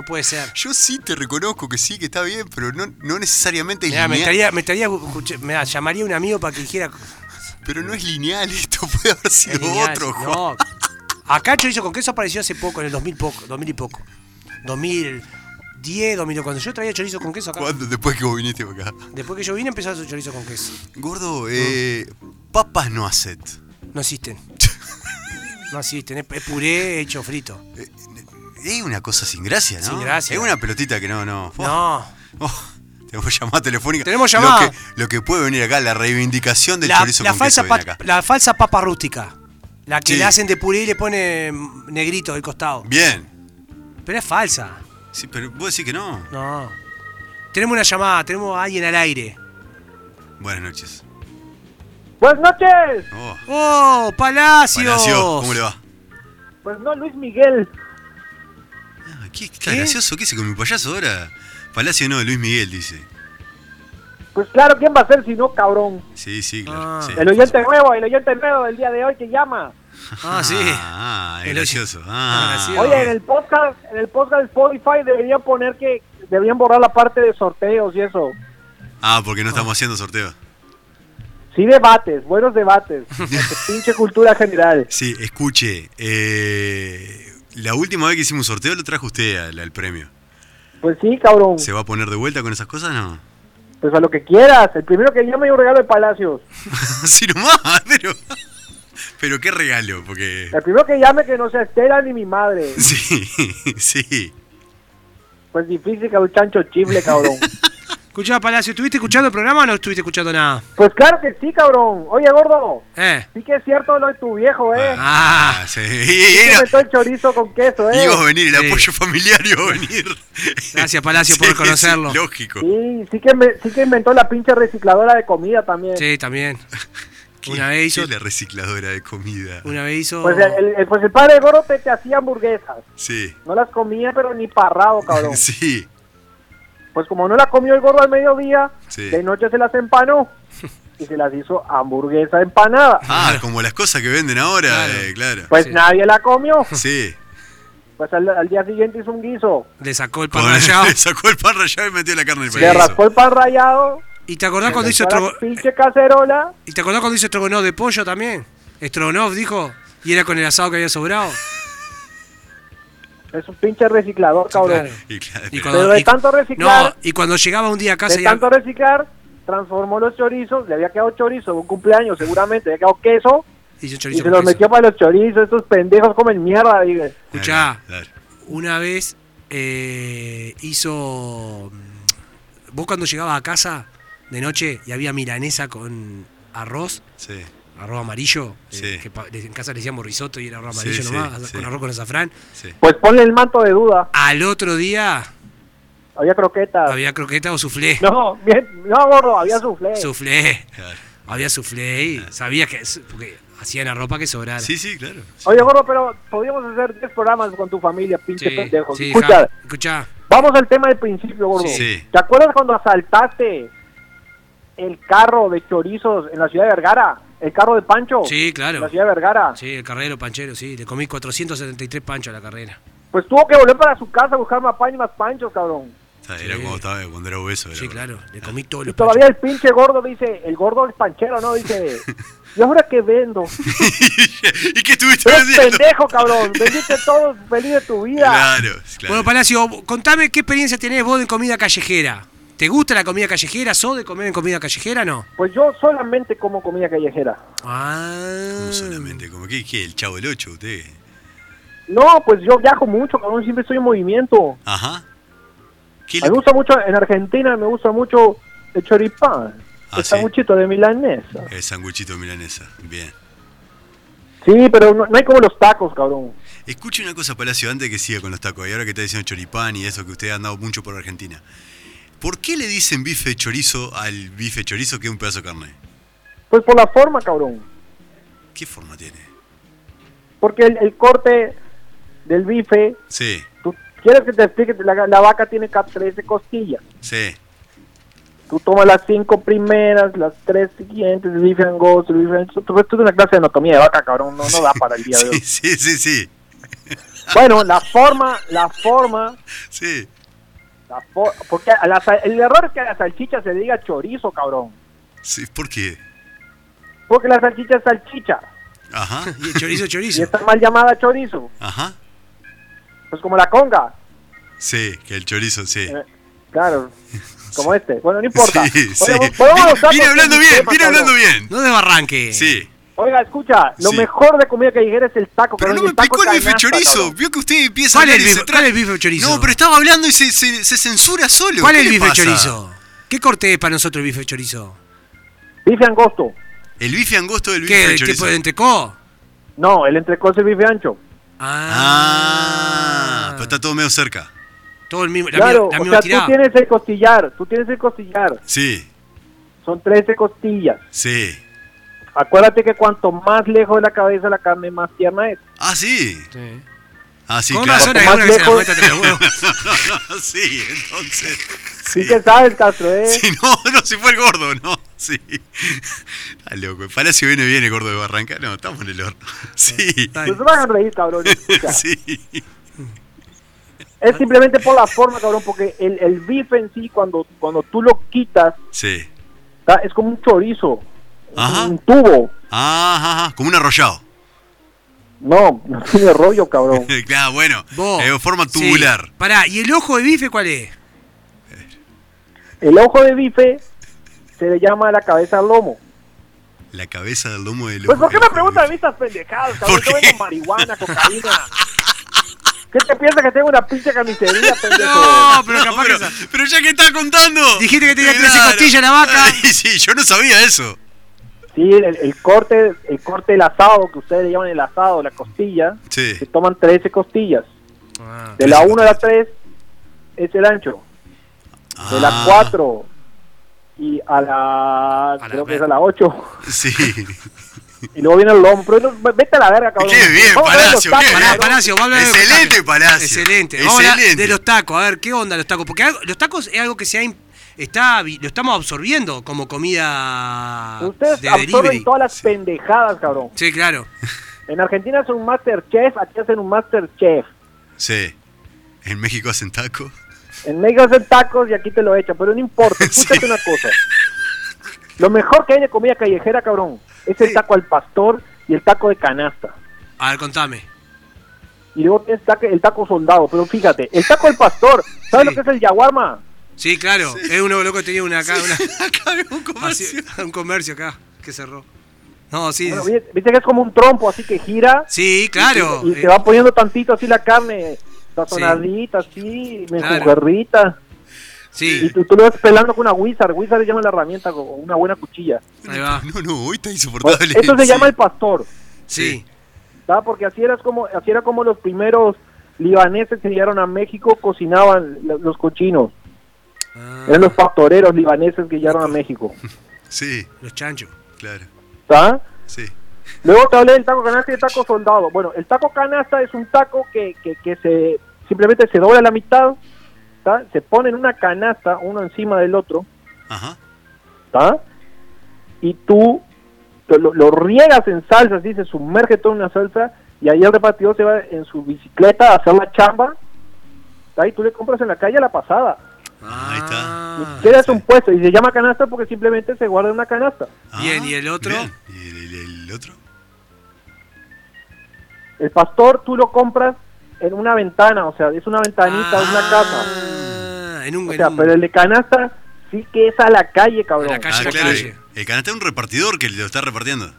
B: gordo,
C: No puede ser.
B: yo sí te reconozco que sí, que está bien, pero no, no necesariamente es
C: Mirá, me,
B: lineal.
C: estaría, me, estaría, escuché, mirá, llamaría a un amigo para que dijera.
B: Pero no es lineal esto, puede haber sido
C: es genial.
B: otro, Juan.
C: no. Acá el chorizo con queso apareció hace poco, en el 2000, poco, 2000 y poco. 2010, 2000. Cuando yo traía chorizo con queso acá.
B: ¿Cuándo? Después que vos viniste para acá.
C: Después que yo vine empezó a hacer chorizo con queso.
B: Gordo, eh, papas no hacet.
C: No existen. No existen. Es, es puré hecho frito.
B: Es una cosa sin gracia, ¿no?
C: Sin gracia.
B: Es una pelotita que no, no. Oh,
C: No.
B: oh, tenemos llamada telefónica.
C: Tenemos
B: Lo
C: llamada.
B: que- Lo que, puede venir acá, la reivindicación del
C: La,
B: chorizo
C: la
B: con
C: falsa
B: queso viene
C: pa-
B: acá.
C: la falsa papa rústica. La que
B: Sí.
C: le hacen de puré y le ponen negrito del costado.
B: Bien.
C: Pero es falsa.
B: Sí, pero vos decís que no.
C: No. Tenemos una llamada, tenemos a alguien al aire.
B: Buenas noches.
D: Buenas noches.
B: Oh,
C: ¡Oh, Palacios!
B: Palacio, ¿cómo le va?
D: Pues no, Luis Miguel.
B: Ah, ¿Qué, qué
C: ¿Qué?
B: gracioso? ¿Qué hice con mi payaso ahora? Palacio no, Luis Miguel dice.
D: Pues claro, ¿quién va a ser si no, cabrón?
B: Sí, sí, claro.
C: Ah.
B: sí.
D: El oyente nuevo, el oyente nuevo del día de hoy que llama.
C: Ah, sí.
B: Ah, es
C: El-
B: gracioso. Ah,
C: gracioso.
D: Oye, en el podcast, en el podcast de Spotify deberían poner que debían borrar la parte de sorteos y eso.
B: ah, porque no estamos haciendo sorteos.
D: Sí, debates, buenos debates. Porque pinche cultura general.
B: Sí, escuche. eh, la última vez que hicimos un sorteo lo trajo usted al, al premio.
D: Pues sí, cabrón.
B: ¿Se va a poner de vuelta con esas cosas? No.
D: Pues a lo que quieras. El primero que llame hay un regalo de Palacios.
B: Así nomás, pero. Pero qué regalo, porque.
D: El primero que llame que no sea Estela ni mi madre.
B: Sí, sí.
D: Pues difícil que un chancho chifle, cabrón.
C: Escuchá, Palacio, ¿estuviste escuchando el programa o no estuviste escuchando nada?
D: Pues claro que sí, cabrón. Oye, gordo.
C: ¿Eh?
D: Sí que es cierto lo de tu viejo, eh.
C: Ah.
B: Ah, sí. Y,
D: Se
B: era-
D: metió el chorizo con queso, ¿eh?
B: iba a venir, el
C: Sí.
B: apoyo familiar iba a venir.
C: Gracias, Palacio, por
B: Sí, sí,
C: conocerlo.
B: lógico.
D: Sí, sí que, me- sí que inventó la pinche recicladora de comida también.
C: Sí, también.
B: ¿Qué-
C: Una vez
B: qué
C: hizo.
B: es la recicladora de comida.
C: Una vez hizo.
D: Pues el, el- pues el padre de Goro te, te hacía hamburguesas.
B: Sí.
D: No las comía, pero ni parrado, cabrón.
B: Sí.
D: Pues como no la comió el gordo al mediodía,
B: Sí.
D: de noche se las empanó y se las hizo hamburguesa empanada.
B: Ah, como las cosas que venden ahora,
C: Claro.
B: eh, claro.
D: Pues
C: Sí.
D: nadie la comió.
B: Sí.
D: Pues al, al día siguiente hizo un guiso.
C: Le sacó el pan rallado.
B: Le sacó el pan rallado y metió la carne en el
D: Le
B: pan.
D: raspó el pan rallado.
C: ¿Y te acordás cuando
D: le
C: hizo
D: echó la
C: estrogo-
D: pinche cacerola.
C: ¿Y te acordás cuando hizo estrogonoff de pollo también? Estrogonoff dijo, y era con el asado que había sobrado.
D: Es un pinche reciclador, cabrón.
C: Claro.
B: Y claro,
C: Y
B: pero-
C: cuando-
D: Pero de
C: y-
D: tanto
C: No,
D: reciclar,
C: y cuando llegaba un día a casa
D: de
C: y
D: tanto reciclar, transformó los chorizos. Le había quedado chorizo de un cumpleaños, seguramente. Le había quedado queso.
C: y hizo
D: Y
C: chorizo
D: se
C: con
D: los
C: queso.
D: metió para los chorizos. Estos pendejos comen mierda, dije.
C: Escuchá,
B: Claro, claro.
C: una vez eh, hizo. mm, Vos cuando llegabas a casa de noche y había milanesa con arroz,
B: Sí.
C: arroz amarillo, eh,
B: Sí.
C: que pa- en casa le decíamos risotto y era arroz
B: Sí,
C: amarillo
B: sí,
C: nomás,
B: sí.
C: con arroz con azafrán.
D: Pues ponle el manto de duda.
C: Al otro día
D: Había croquetas.
C: había croqueta o soufflé.
D: No, bien, no, gordo, había soufflé.
C: Soufflé.
B: claro.
C: Había soufflé y sabías que. Porque hacían la ropa que sobrara.
B: Ah. Sí, sí, claro.
D: Oye, gordo, pero podríamos hacer 10 programas con tu familia, pinche
C: Sí,
D: pendejo.
C: sí,
D: Escucha,
C: ja- escuchá.
D: vamos al tema del principio, gordo.
B: Sí.
D: ¿Te acuerdas cuando asaltaste el carro de chorizos en la ciudad de Vergara? El carro de Pancho.
C: Sí,
D: En la
C: claro.
D: ciudad de Vergara.
C: Sí, el carrero panchero, sí. Le comí 473 panchos a la carrera.
D: Pues tuvo que volver para su casa a buscar más pan y más panchos, cabrón.
B: Ah, Era
C: Sí.
B: como estaba cuando era obeso. era
C: Sí,
B: verdad.
C: claro, le comí todos
D: Y
C: los
D: todavía
C: panchos.
D: el pinche gordo dice, el gordo es panchero, ¿no? Dice, ¿y ahora qué vendo?
B: ¿Y qué estuviste
D: Eres
B: vendiendo?
D: pendejo, cabrón. Vendiste todo feliz de tu vida.
B: Claro, claro.
C: Bueno, Palacio, vos- contame qué experiencia tenés vos de comida callejera. ¿Te gusta la comida callejera? ¿Sos de comer en comida callejera o no?
D: Pues yo solamente como comida callejera.
C: Ah.
B: Como solamente, como que, que el chavo del 8, usted.
D: No, pues yo viajo mucho, cabrón, siempre estoy en movimiento.
B: Ajá. ¿Qué
D: Me
B: le-
D: gusta mucho, en Argentina me gusta mucho el choripán,
B: Ah,
D: el
B: sí.
D: sanguchito de milanesa.
B: El sanguchito milanesa. Bien.
D: Sí, pero no, no hay como los tacos, cabrón.
B: Escuche una cosa, Palacio, antes que siga con los tacos, y ahora que está diciendo choripán y eso que usted ha andado mucho por Argentina. ¿Por qué le dicen bife de chorizo al bife de chorizo que es un pedazo de carne?
D: Pues por la forma, cabrón.
B: ¿Qué forma tiene?
D: Porque el, el corte del bife,
B: Sí,
D: tú quieres que te explique, la, la vaca tiene ca- 13 costillas.
B: sí,
D: Tú tomas las cinco primeras, las tres siguientes, el bife angosto, el bife angosto. Tú, tú es una clase de anatomía de vaca, cabrón, no, no da para el día de
B: sí,
D: hoy.
B: sí, sí, sí,
D: Bueno, la forma, la forma
B: sí.
D: La fo- Porque a la sal- el error es que a la salchicha se le diga chorizo, cabrón.
B: sí, ¿Por qué?
D: Porque la salchicha es salchicha
B: Ajá,
C: Y el chorizo,
D: y
C: chorizo.
D: está mal llamada chorizo.
B: ajá.
D: Pues como la conga.
B: Sí, que el chorizo, sí.
D: Eh, Claro, como este. Bueno, no importa.
B: Sí, sí.
D: Oye, volvamos a los tacos,
B: Viene hablando
D: que es un
B: bien,
D: tema,
B: viene
D: cabrón.
B: hablando bien.
C: No desbarranque.
B: Sí.
D: Oiga, escucha, lo
B: Sí.
D: mejor de comida callejera es el taco.
B: Pero
D: cabrón,
B: no
D: y
B: me
D: taco
B: explicó el bife
D: canasta,
B: chorizo.
D: cabrón.
B: Vio que usted empieza
C: ¿Cuál
B: a hablar
C: es el
B: y se
C: bife,
B: tra-
C: cuál es el bife chorizo?
B: No, pero este estaba hablando y se, se- se censura solo.
C: ¿Cuál
B: ¿Qué
C: es el
B: le
C: bife
B: pasa?
C: chorizo? ¿Qué corte es para nosotros el bife chorizo?
D: Bife angosto.
B: El bife angosto del bife
C: ¿Qué?
B: de
C: ¿El
B: chorizo.
C: tipo de entrecó?
D: No, el entrecot es bife ancho.
B: Ah, pero está todo medio cerca.
C: Todo el mismo, la,
D: claro,
C: misma- la
D: o
C: misma
D: sea,
C: tirada.
D: tú tienes el costillar. Tú tienes el costillar.
B: Sí,
D: Son 13 costillas.
B: sí.
D: Acuérdate que cuanto más lejos de la cabeza la carne, más tierna es.
B: Ah, sí.
C: Sí.
B: Ah, sí,
C: Con
B: claro.
C: razón hay
D: Más
C: una que se la
D: lejos.
C: cuenta entre los huevos.
B: sí, entonces.
D: Sí,
B: Sí.
D: que sabes, Castro, ¿eh?
B: Sí, no, no, si fue el gordo, no. Sí. Está loco. El Palacio viene bien el gordo de Barranca. No, estamos en el horno. Sí.
C: Está bien.
D: Pues se van a reír, cabrón. O sea,
B: Sí.
D: Es simplemente por la forma, cabrón, porque el, el bife en sí, cuando, cuando tú lo quitas,
B: Sí.
D: está- es como un chorizo, es
B: Ajá.
D: un tubo.
B: Ajá, ajá, Ah, como un arrollado.
D: No, no tiene rollo, cabrón.
B: Claro, bueno.
C: Vos.
B: eh, forma
C: Sí.
B: tubular.
C: Pará, ¿y el ojo de bife cuál es?
D: El ojo de bife se le llama la cabeza al lomo.
B: La cabeza del lomo del
D: Pues, ¿por qué me preguntan a mí
B: bife?
D: estas pendejadas, cabrón?
B: ¿Por
D: Yo
B: qué?
D: vendo marihuana, cocaína. ¿Qué te piensas que tengo una pinche carnicería, pendejo?
C: No, pero
B: No,
C: capaz
B: pero,
C: que. sa-
B: pero ya que está contando. Eh,
C: Dijiste que tenía
B: Claro.
C: 13 costillas la vaca.
B: Sí, sí, yo no sabía eso.
D: Sí, el, el corte, el corte del asado, que ustedes le llaman el asado, la costilla,
B: Sí.
D: se toman 13 costillas.
C: Ah,
D: De la 1 a la 3 es el ancho. De la
B: Ah,
D: 4 y a la.
C: la
D: creo que
C: ver-
D: es a la 8.
B: Sí.
D: Y luego viene el lomo. Pero no- vete a la verga, cabrón.
B: Qué bien,
D: Vamos a ver los
B: Palacio,
D: tacos,
B: qué
C: Pará,
B: bien.
D: cabrón.
C: Palacio, va a hablar de los
B: Excelente,
C: tacos.
B: Palacio.
C: Excelente. Vamos a hablar
B: Excelente.
C: de los tacos, a ver, ¿qué onda los tacos? Porque algo- los tacos es algo que se ha, im- está, vi- lo estamos absorbiendo como comida
D: Ustedes
C: Ah, de
D: absorben
C: delivery.
D: todas las pendejadas, cabrón.
C: Sí, claro.
D: En Argentina hacen un Masterchef, aquí hacen un Masterchef.
B: Sí. En México hacen taco.
D: En México hacen tacos y aquí te lo echan, pero no importa, escúchate una cosa. Lo mejor que hay de comida callejera, cabrón, es el
B: Sí.
D: taco al pastor y el taco de canasta.
C: A ver, contame.
D: Y luego tienes taque- el taco soldado, pero fíjate, el taco al pastor, ¿sabes
C: Sí.
D: lo que es el yaguarma?
C: Sí, claro. Es uno loco que tenía una acá, una-
B: Acá había un
C: así- un comercio acá que cerró. No, sí.
D: Bueno, viste viste que es como un trompo así que gira
C: Sí, claro.
D: y
C: eh,
D: te va poniendo tantito así la carne, sazonadita así,
C: Claro.
D: mejugarrita. Y
C: Eh, Sí,
D: tú, tú lo vas pelando con una wizard, wizard le llama la herramienta, con una buena cuchilla.
C: ahí va.
B: No, no, hoy está
D: Bueno,
B: insoportable.
D: Esto se
B: Sí.
D: llama el pastor.
C: Sí.
D: ¿sabes? Porque así era como, así era como los primeros libaneses que llegaron a México cocinaban lo- los cochinos.
C: Ah,
D: Eran los pastoreros libaneses que llegaron a México.
B: Sí,
C: los chanchos.
B: claro.
D: ¿sabes?
B: Sí.
D: Luego te hablé del taco canasta y el taco soldado. Bueno, el taco canasta es un taco que, que, que se simplemente se dobla a la mitad, ¿sabes? se pone en una canasta uno encima del otro,
B: Ajá.
D: ¿sabes? y tú te lo, lo riegas en salsa, así se sumerge todo en una salsa, y ahí el repartidor se va en su bicicleta a hacer la chamba, ¿sabes? y tú le compras en la calle a la pasada.
B: Ahí está.
C: Ah,
D: Quedas un puesto y se llama canasta porque simplemente se guarda en una canasta.
C: Bien, ¿y el otro?
B: bien. ¿Y el, el- el otro?
D: El pastor tú lo compras en una ventana, o sea, es una ventanita, es una casa.
C: Ah, En un,
D: O
C: en
D: sea,
C: un-
D: pero el de canasta sí que es a la calle,
C: A
D: cabrón.
C: la Calle
B: ah,
C: por
B: claro.
C: calle.
B: El canasta es un repartidor que lo está repartiendo.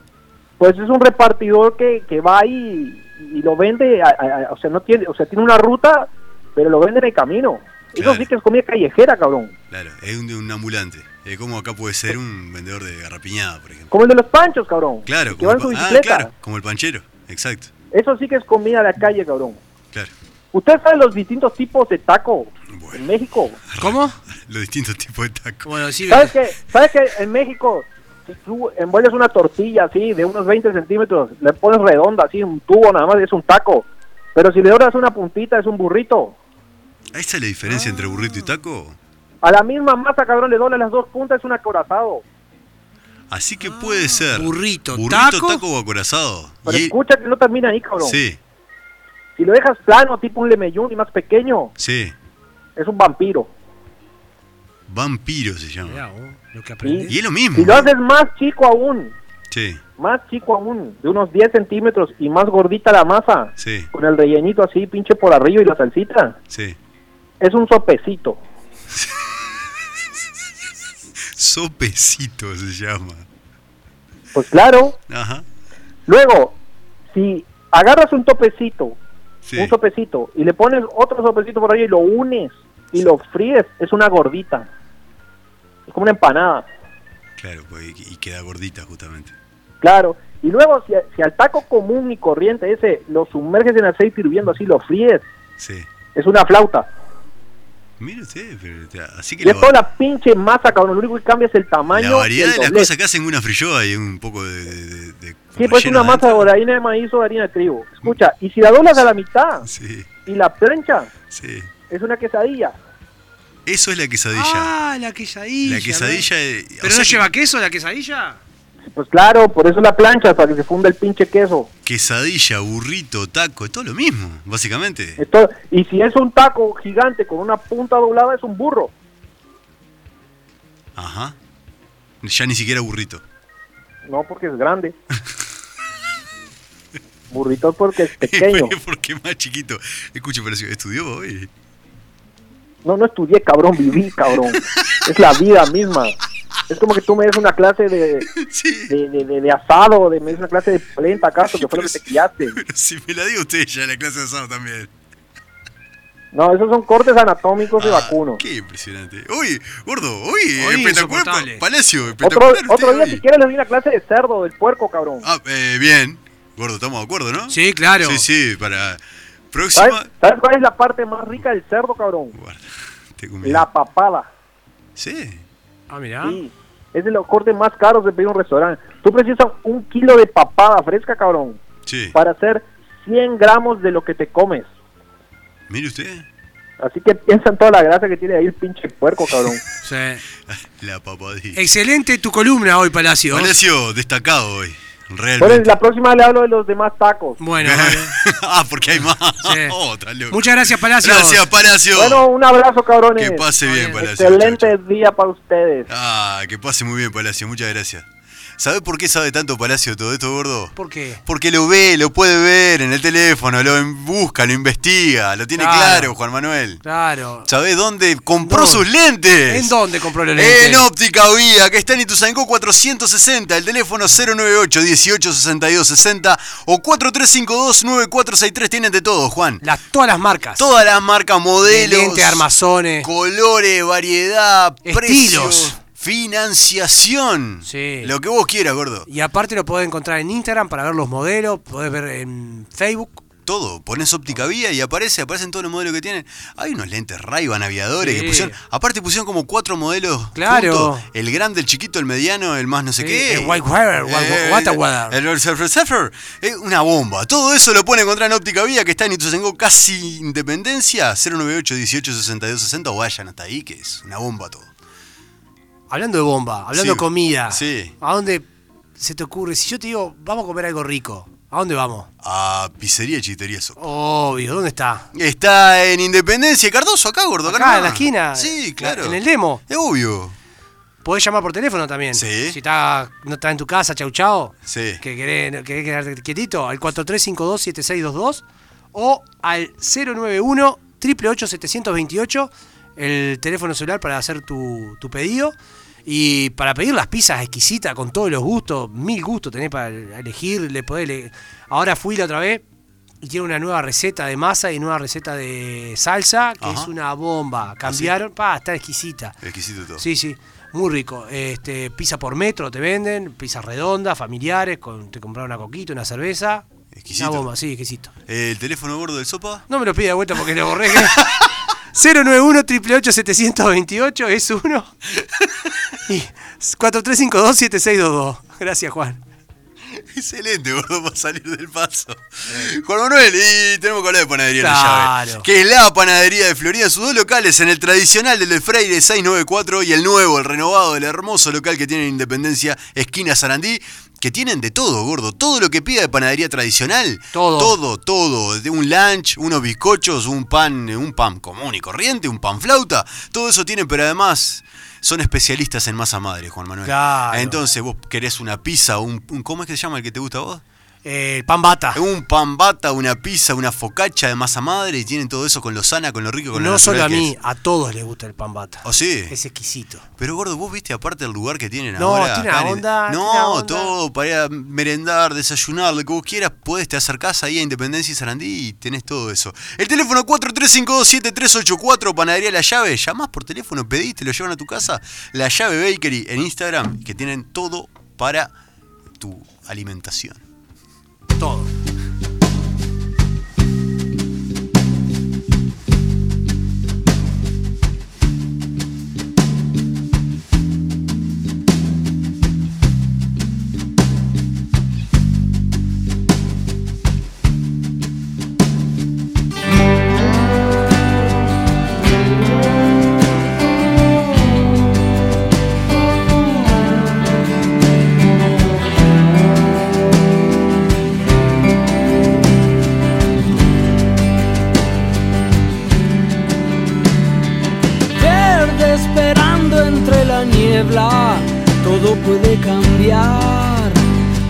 D: Pues es un repartidor que, que va ahí y lo vende, a- a- a- o sea, no tiene, o sea, tiene una ruta, pero lo vende en el camino.
B: Claro.
D: Eso sí que es comida callejera, cabrón.
B: Claro, es un, un ambulante. Es como acá puede ser un vendedor de garrapiñada, por ejemplo.
D: Como el de los panchos, cabrón.
B: Claro,
D: que va en su
B: el, pa- ah,
D: bicicleta.
B: claro, como el panchero. Exacto.
D: Eso sí que es comida a la calle, cabrón.
B: Claro.
D: ¿Usted sabe los distintos tipos de taco en
B: Bueno,
D: México?
C: ¿Cómo?
B: los distintos tipos de tacos.
C: Bueno, sí.
D: ¿Sabes qué? ¿Sabes qué? En México, si tú envuelves una tortilla así de unos 20 centímetros, le pones redonda así, un tubo nada más, y es un taco. Pero si le doblas una puntita, es un burrito.
B: Ahí está la diferencia entre burrito y taco.
D: A la misma masa, cabrón, le doblas las dos puntas, es un acorazado.
B: Así que puede ser.
C: Ah, burrito,
B: burrito
C: taco.
B: taco o acorazado.
D: Pero
B: Y-
D: escucha que no termina ahí, cabrón.
B: sí,
D: Si lo dejas plano, tipo un lemellón y más pequeño,
B: sí.
D: es un vampiro.
B: Vampiro se llama.
C: Mirá vos, lo que aprendí.
B: Y es lo mismo.
D: Si lo haces más chico aún,
B: Sí,
D: más chico aún, de unos 10 centímetros y más gordita la masa,
B: sí,
D: con el rellenito así, pinche por arriba y la salsita,
B: sí.
D: es un sopecito.
B: Sopecito se llama.
D: Pues claro,
B: Ajá.
D: Luego, si agarras un topecito,
B: Sí.
D: un sopecito, y le pones otro sopecito por ahí y lo unes y lo fríes, es una gordita. Es como una empanada,
B: Claro, pues, y y queda gordita justamente.
D: claro. Y luego, si, si al taco común y corriente ese lo sumerges en aceite hirviendo así, lo fríes,
B: Sí.
D: es una flauta.
B: Mire usted, pero, o sea, así que
D: Y
B: la,
D: es toda la pinche masa, cabrón. Lo único que cambia es el
B: va-
D: tamaño.
B: la
D: y el
B: variedad de las
D: doblez.
B: cosas que hacen una frilloa y un poco de. de, de- de
D: Sí, pues es
B: relleno
D: una masa de
B: adentro. Mm.
D: harina de maíz o de harina de trigo. Escucha, y si la doblas a la mitad
B: Sí,
D: y la plancha,
B: sí.
D: es una quesadilla.
B: Eso es la quesadilla.
C: Ah, la quesadilla.
B: la quesadilla. eh, o
C: ¿Pero
B: sea
C: no
B: que
C: lleva queso la quesadilla?
D: Pues claro, por eso la plancha, para que se funda el pinche queso.
B: Quesadilla, burrito, taco, es todo lo mismo, básicamente.
D: Esto- y si es un taco gigante con una punta doblada, es un burro.
B: Ajá. Ya ni siquiera burrito.
D: No, porque es grande. Burrito porque es pequeño.
B: Porque es más chiquito. Escuche, pero si estudió eh. hoy.
D: No, no estudié, cabrón, viví, cabrón. Es la vida misma. Es como que tú me des una clase de,
B: Sí.
D: de, de, de- de asado, de, me des una clase de polenta, acaso, que fue lo que te guiaste.
B: Pero si me la dio usted ya en la clase de asado también.
D: No, esos son cortes anatómicos de
B: Ah,
D: vacuno.
B: Qué impresionante. Uy, gordo, uy,
C: Hoy
B: espectacular.
C: insoportable.
B: pa- Palacio,
D: Otro,
B: espectacular. usted
D: otro día,
B: hoy.
D: si quieres, les doy una clase de cerdo, del puerco, cabrón.
B: Ah, eh, bien. Gordo, estamos de acuerdo, ¿no?
C: Sí, claro.
B: Sí, sí, para. Próxima.
D: ¿Sabes, ¿Sabes cuál es la parte más rica del cerdo, cabrón?
B: Guarda, tengo miedo.
D: La papada.
B: Sí.
C: Ah, mirá.
D: Sí, es de los cortes más caros de pedir un restaurante. Tú precisas un kilo de papada fresca, cabrón,
B: Sí.
D: para hacer 100 gramos de lo que te comes.
B: Mire usted.
D: Así que piensa en toda la grasa que tiene ahí el pinche puerco, cabrón.
C: Sí.
B: La papadita.
C: Excelente tu columna hoy, Palacio.
B: Palacio destacado hoy.
D: Por
B: Realmente.
D: el- la próxima le hablo de los demás tacos.
C: Bueno, vale.
B: ah, porque hay más.
C: Sí.
B: Oh, está loco.
C: Muchas gracias, Palacio.
B: Gracias, Palacio.
D: Bueno, un abrazo, cabrones.
B: que pase bien, Palacio.
D: Excelente
B: Chau, chau.
D: día para ustedes.
B: Ah, que pase muy bien, Palacio. Muchas gracias. ¿Sabes por qué sabe tanto Palacio todo esto, gordo?
C: ¿Por qué?
B: Porque lo ve, lo puede ver en el teléfono, lo en- busca, lo investiga, lo tiene
C: Claro.
B: claro, Juan Manuel.
C: Claro.
B: ¿Sabés dónde compró
C: ¿Dónde?
B: sus lentes?
C: ¿En dónde compró
B: Eh,
C: los lentes?
B: En Óptica Vía, que está en Ituzaingó 460, el teléfono 098 18 62 60 o 4352 9463. Tienen de todo, Juan.
C: Las, todas las marcas.
B: Todas las marcas,
C: De
B: modelos,
C: Lentes, armazones.
B: colores, variedad,
C: Estilos.
B: precios, financiación.
C: Sí.
B: Lo que vos quieras, gordo.
C: Y aparte lo podés encontrar en Instagram para ver los modelos, podés ver en Facebook.
B: Todo, pones óptica vía y aparece, aparecen todos los modelos que tienen. Hay unos lentes ray aviadores
C: Sí.
B: que pusieron. Aparte pusieron como cuatro modelos.
C: Claro.
B: juntos. El grande, el chiquito, el mediano, el más no sé
C: Sí,
B: qué.
C: el white wire,
B: Eh,
C: white- what a wire.
B: El Surfer Surfer. Eh, una bomba. Todo eso lo pueden encontrar en óptica vía que está en Ituzaingó casi independencia. 098 18 62 60 o vayan hasta ahí, que es una bomba todo.
C: Hablando de bomba, hablando
B: Sí.
C: de comida.
B: Sí.
C: ¿A dónde se te ocurre? Si yo te digo, vamos a comer algo rico, ¿a dónde vamos?
B: A pizzería Chitería Soco.
C: Obvio, ¿dónde está?
B: Está en Independencia, Cardoso, acá, gordo.
C: Acá,
B: nomás.
C: en la esquina.
B: Sí, claro.
C: En el demo.
B: Es obvio.
C: Podés llamar por teléfono también.
B: Sí.
C: Si está, no está en tu casa, chau chau.
B: Sí.
C: Que querés, querés quedarte quietito, al 4352-7622 o al 091 888 728 el teléfono celular para hacer tu, tu pedido. Y para pedir las pizzas exquisitas con todos los gustos, mil gustos tenés para elegir, le podés ele- Ahora fui la otra vez y tiene una nueva receta de masa y nueva receta de salsa, que
B: Ajá. ¿Ah,
C: es una bomba. Cambiaron, pa, está exquisita.
B: Exquisito todo.
C: Sí, sí, muy rico. Este, pizza por metro te venden, pizzas redondas, familiares, con, te compraron una coquita, una cerveza.
B: Exquisito.
C: Una bomba, sí, exquisito.
B: ¿El teléfono gordo del sopa?
C: No me lo pida de vuelta porque lo borré. 091 888 728 es uno. Y 4352-7622. Gracias, Juan.
B: Excelente, gordo, para salir del paso. Juan Manuel, y tenemos que hablar de panadería La
C: Claro.
B: Llave, Que es la panadería de Florida, sus dos locales, en el tradicional del de Freire 694 y el nuevo, el renovado, el hermoso local que tiene en Independencia, esquina Sarandí, que tienen de todo, gordo. Todo lo que pida de panadería tradicional.
C: Todo.
B: Todo, todo. De un lunch, unos bizcochos, un pan, un pan común y corriente, un pan flauta. Todo eso tienen, pero además... Son especialistas en masa madre, Juan Manuel.
C: Claro.
B: Entonces, entonces vos querés una pizza, un, un- ¿cómo es que se llama el que te gusta a vos?
C: Eh, el pan bata.
B: Un pan bata, una pizza, una focacha de masa madre y tienen todo eso con lo sana, con lo rico, con lo
C: No
B: natural
C: solo a
B: que
C: mí,
B: es.
C: a todos les gusta el pan bata.
B: ¿Oh, sí?
C: Es exquisito.
B: Pero gordo, vos viste aparte el lugar que tienen
C: No,
B: ahora.
C: tiene una
B: acá en-
C: onda,
B: No,
C: tiene una onda.
B: todo para ir a merendar, desayunar, lo que vos quieras, puedes te acercás ahí a Independencia y Sarandí y tenés todo eso. El teléfono 43527384, Panadería La Llave. Llamás por teléfono, pedís, te lo llevan a tu casa. La Llave Bakery en Instagram, que tienen todo para tu alimentación.
C: Todo.
E: verde esperando entre la niebla. Todo puede cambiar,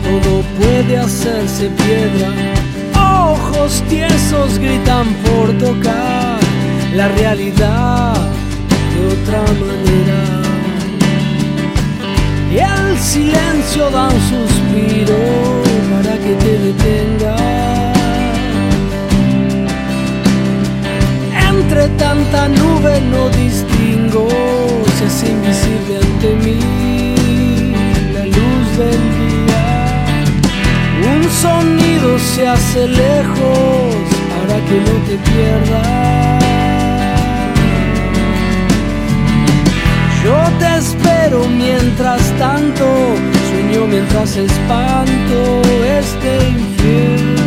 E: todo puede hacerse piedra. Ojos tiesos gritan por tocar la realidad de otra manera y el silencio da un suspiro para que te detenga. Entre tanta nube no distingo, se hace invisible ante mí la luz del día. Un sonido se hace lejos para que no te pierdas. Yo te espero mientras tanto, sueño mientras espanto este infierno.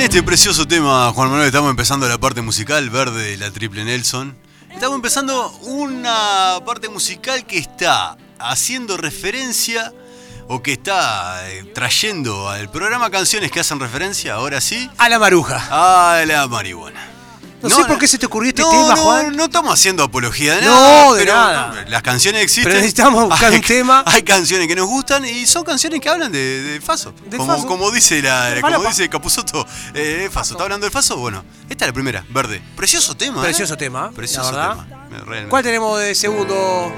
B: este precioso tema, Juan Manuel, estamos empezando la parte musical verde de la Triple Nelson. Estamos empezando una parte musical que está haciendo referencia o que está eh, trayendo al programa canciones que hacen referencia, ahora sí,
C: A la maruja.
B: a la marihuana.
C: No sé por qué se te ocurrió este
B: no, no,
C: tema, Juan.
B: No estamos haciendo apología de
C: No,
B: nada.
C: de
B: pero
C: nada.
B: no, las canciones existen.
C: Pero necesitamos buscar
B: Hay-
C: un tema.
B: Hay canciones que nos gustan y son canciones que hablan de, de Faso.
C: De
B: como,
C: Faso.
B: como dice la,
C: De
B: como
C: falopa.
B: dice Capuzoto, eh, Faso. ¿Está hablando del Faso? Bueno, esta es la primera, verde. Precioso tema. ¿eh?
C: Precioso tema, la
B: Precioso
C: verdad.
B: tema. eh, realmente.
C: ¿Cuál tenemos de segundo?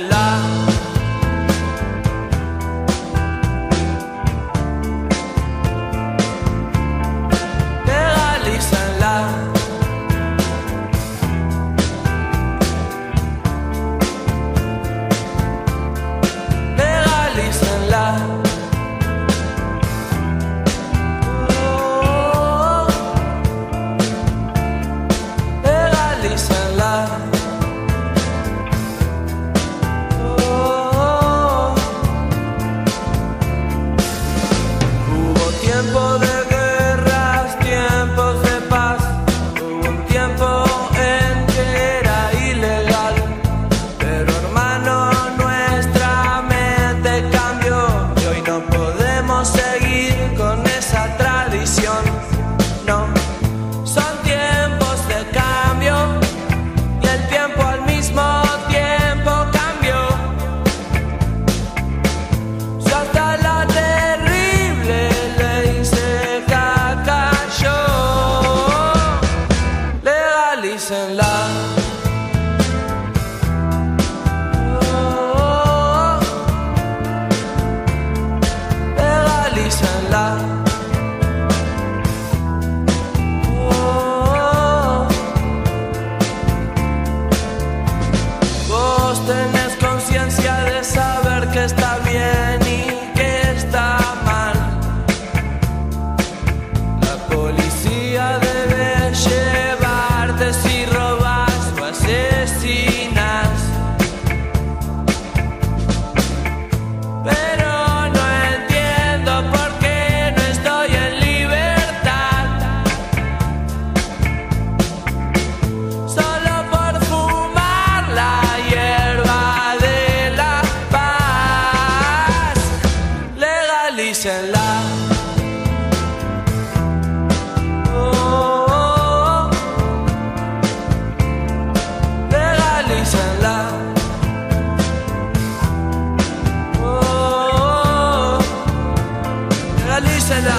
E: legalícenla. Legalícenla. Legalícenla. Oh, Legalícenla. Oh, Hubo tiempo de guerras, tiempos de paz, hubo un tiempo en que era ilegal, pero hermano nuestra mente cambió y hoy no podemos seguir con esa tradición, no, son tiempos de cambio y el tiempo al mismo tiempo cambió. Si hasta la terrible ley seca cayó, legalícenla. Oh, Legalícenla. Oh, Vos tenés conciencia de saber que está bien y que está mal. La policía debe llevarte si robas o asesinas. Pero no entiendo por qué no estoy en libertad. solo por fumar la hierba de la paz. Legalícenla. Oh, oh, oh. Legalícenla. Oh, oh, oh. Legalícenla.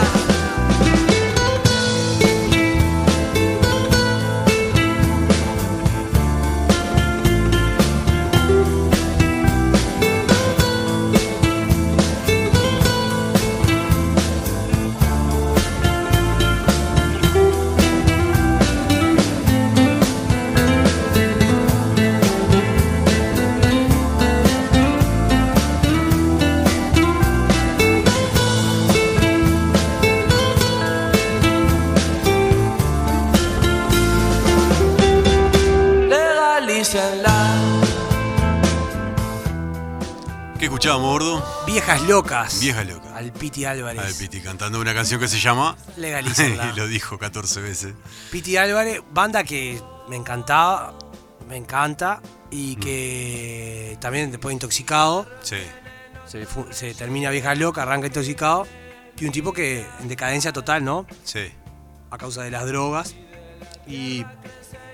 E: Legalícenla.
B: ¿Qué escuchábamos, gordo?
C: Viejas locas.
B: Viejas locas.
C: Al Piti Álvarez.
B: Al Piti cantando una canción que se llama.
C: Legalícenla.
B: y lo dijo 14 veces.
C: Piti Álvarez, banda que me encantaba, me encanta
B: Mm.
C: y que también después intoxicado,
B: Sí.
C: se, fu- se termina vieja loca, arranca intoxicado y un tipo que en decadencia total, ¿no?
B: Sí.
C: A causa de las drogas y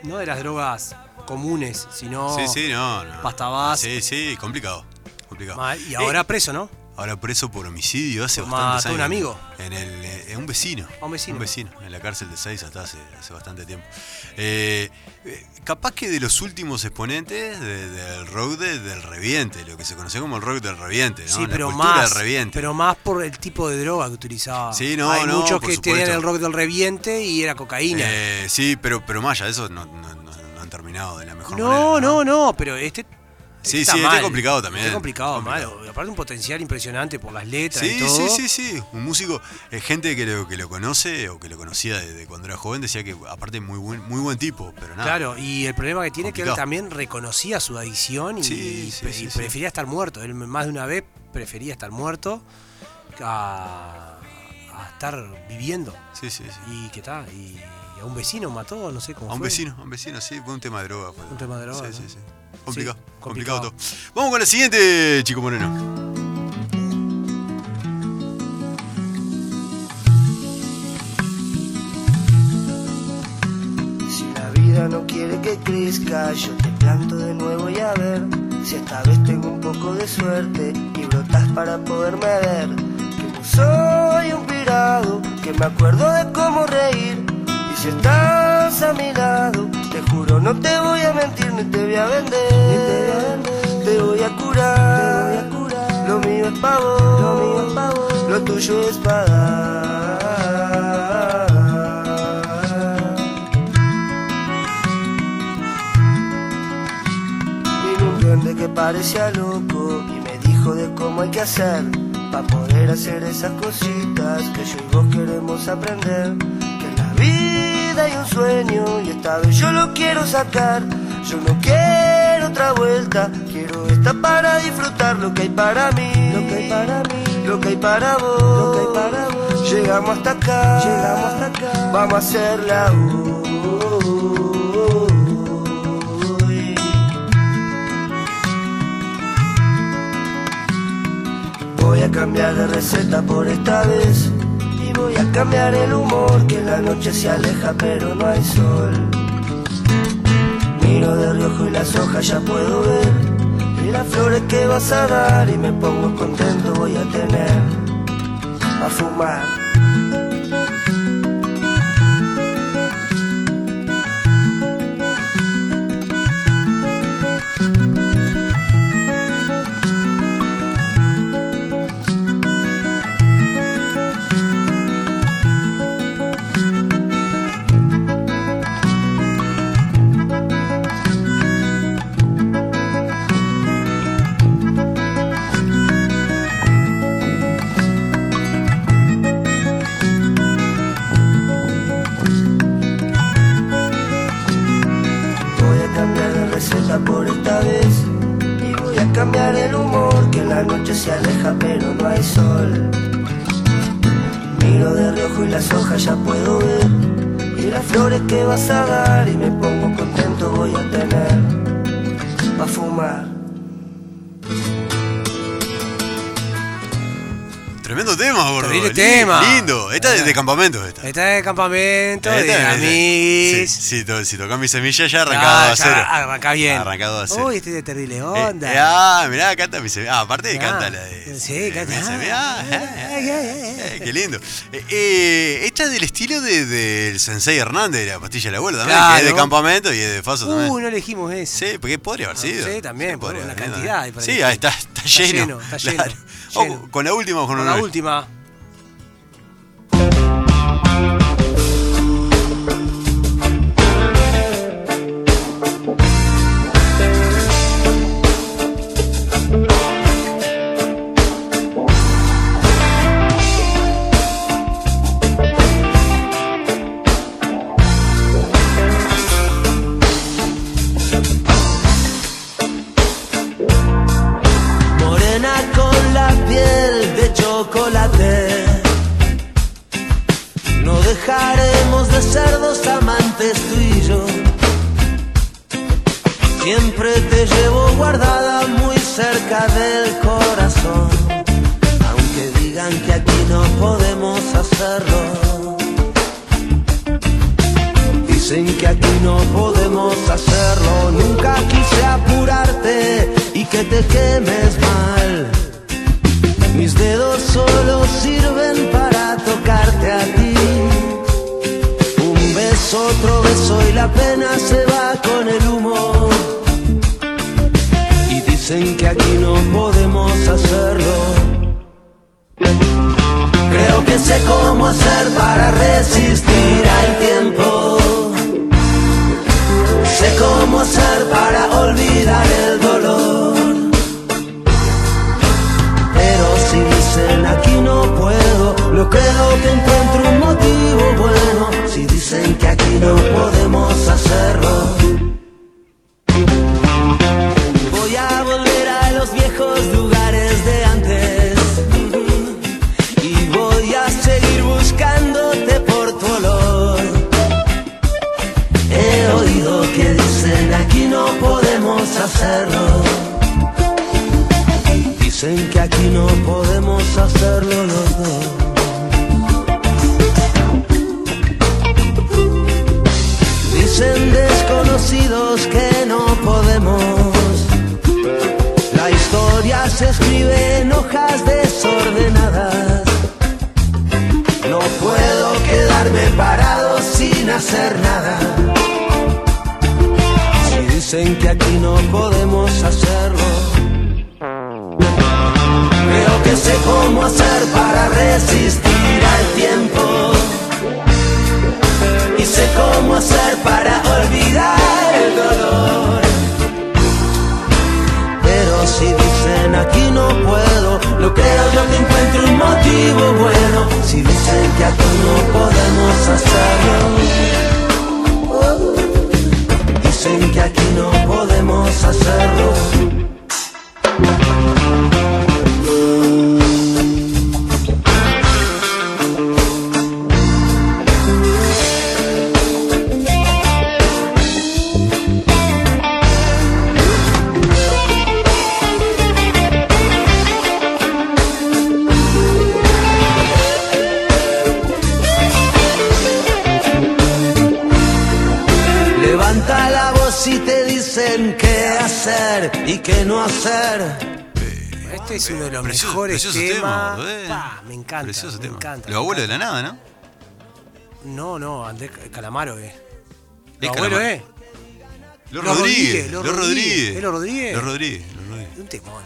C: no de las drogas comunes, sino
B: Sí, sí, no. no.
C: Pasta base.
B: Sí, sí, complicado. complicado.
C: mal. Y
B: Eh,
C: ahora preso, ¿no?
B: Ahora preso por homicidio hace
C: Por
B: bastantes
C: matar a un
B: años.
C: amigo.
B: En el, eh, un vecino.
C: A un vecino.
B: en la cárcel de Seis hasta hace, hace bastante tiempo. Eh, eh, capaz que de los últimos exponentes de- del rock de- del reviente, lo que se conoció como el rock del reviente, ¿no?
C: Sí,
B: La
C: pero
B: cultura
C: más,
B: del reviente.
C: pero más por el tipo de droga que utilizaba.
B: Sí, no,
C: Hay
B: no,
C: muchos
B: por
C: que tenían
B: supuesto.
C: el rock del reviente y era cocaína.
B: Eh, sí, pero, pero más allá de eso no, no- no- no han terminado de la mejor manera.
C: No, no, no, pero este
B: Sí,
C: está
B: sí, está
C: mal.
B: complicado también.
C: Está complicado,
B: Complicado.
C: malo. Y Aparte un potencial impresionante por las letras y
B: Sí,
C: todo.
B: sí, sí, sí. Un músico, eh, gente que lo, que lo conoce o que lo conocía desde cuando era joven decía que aparte muy buen, muy buen tipo, pero nada.
C: Claro, y el problema que tiene es que él
B: Complicado.
C: también reconocía su adicción y,
B: Sí, sí,
C: pre-
B: sí,
C: y
B: sí.
C: prefería estar muerto. Él más de una vez prefería estar muerto a, a estar viviendo.
B: Sí, sí, sí.
C: Y qué tal, y a un vecino mató, no sé cómo
B: A un
C: fue.
B: vecino, a un vecino, sí, fue un tema de droga. fue.
C: Un tema de droga,
B: Sí,
C: ¿no?
B: sí, sí. Complicado,
C: Sí,
B: complicado
C: complicado.
B: todo. Vamos con el siguiente, Chico Moreno.
F: Si la vida no quiere que crezca, yo te planto de nuevo y a ver si esta vez tengo un poco de suerte y brotas para poderme ver. Que no soy un pirado, que me acuerdo de cómo reír. Y si estás a mi lado, te juro no te voy a mentir ni te voy a vender. Te voy a curar, Lo mío es pavor, lo lo tuyo es pagar. Vino un duende que parecía loco y me dijo de cómo hay que hacer para poder hacer esas cositas que yo y vos queremos aprender. Que en la vida hay un sueño y esta vez yo lo quiero sacar. Yo no quiero otra vuelta, quiero esta para disfrutar lo que hay para mí, lo que hay para mí, lo que hay para vos, lo que hay para vos. Llegamos hasta acá, llegamos hasta acá, vamos a hacer la hoy. Voy a cambiar de receta por esta vez Y voy a cambiar el humor Que la noche se aleja pero no hay sol Miro de reojo y las hojas ya puedo ver Y las flores que vas a dar Y me pongo contento voy a tener A fumar Voy a cambiar de receta por esta vez Y voy a cambiar el humor Que la noche se aleja pero no hay sol Miro de reojo y las hojas ya puedo ver Y las flores que vas a dar Y me pongo contento voy a tener Pa' fumar
B: Tremendo tema, gordo.
C: Tremendo
B: Lin-
C: tema.
B: Lindo. Esta es de campamento. Esta.
C: Está de campamento,
B: Esta
C: de
B: es-
C: amigos.
B: Sí, sí, to- si tocás mi semilla ya
F: Ah,
B: arrancado a cero.
C: Arranca bien.
B: Arrancado a cero.
C: Uy, este es de terrible
B: Eh,
C: onda.
B: eh, ah, mirá, canta mi semilla. Ah, aparte
C: Ah,
B: canta la de.
C: sí,
B: de
C: canta-
B: mi semilla.
C: ah,
B: Ah, ah,
C: ah, ah,
B: eh, qué lindo. Eh, eh, esta es del estilo de- del Sensei Hernández, de la pastilla de la abuela, también, que es de
C: Claro.
B: campamento y es de Faso también.
C: Uh, no elegimos eso.
B: Sí, porque podría haber sido.
C: Ah, Sí, también, por
B: podría
C: la
B: haber sido.
C: cantidad hay para
B: Sí,
C: elegir.
B: ahí está, está lleno.
C: lleno, está lleno,
B: claro. Vamos
C: lleno.
B: con la última o con
C: Con
B: una
C: la
B: vez?
C: última.
F: morena con la piel de chocolate. No dejaremos de ser dos amantes tú y yo. Siempre te llevo guardada muy cerca del corazón, aunque digan que aquí no podemos hacerlo. Dicen que aquí no podemos hacerlo, nunca quise apurarte y que te quemes mal. Mis dedos solo sirven para tocarte a ti. Un beso, otro beso y la pena se va con el humo. Y dicen que aquí no podemos hacerlo. Creo que sé cómo hacer para resistir al tiempo. Sé cómo hacer para olvidar el dolor. y que aquí no podemos hacerlo. Voy a volver a los viejos lugares de antes y voy a seguir buscándote por tu olor. He oído que dicen aquí no podemos hacerlo. Dicen que aquí no podemos hacerlo los dos. Dicen desconocidos que no podemos. La historia se escribe en hojas desordenadas. No puedo quedarme parado sin hacer nada. Si dicen que aquí no podemos hacerlo. Creo que sé cómo hacer para resistir al tiempo. Y sé cómo hacer para olvidar el dolor. Pero si dicen aquí no puedo, no creo yo que encuentre un motivo bueno. Si dicen que aquí no podemos hacerlo. Dicen que aquí no podemos hacerlo. Levanta la voz y te dicen qué hacer y qué no hacer.
C: Este es uno de los
B: Precioso-
C: mejores
B: precioso tema,
C: temas.
B: boludo. eh.
C: Pa, me encanta.
B: Precioso
C: me
B: tema.
C: encanta.
B: Los abuelos de la nada, ¿no?
C: No, no, Andrés Ca- Calamaro, eh.
B: Es
C: Los abuelos,
B: Calamaro.
C: eh.
B: Los
C: Los
B: Rodríguez.
C: Rodríguez, los
B: Los Rodríguez.
C: Rodríguez, los Rodríguez.
B: Los Rodríguez. Los Rodríguez.
C: Un temón.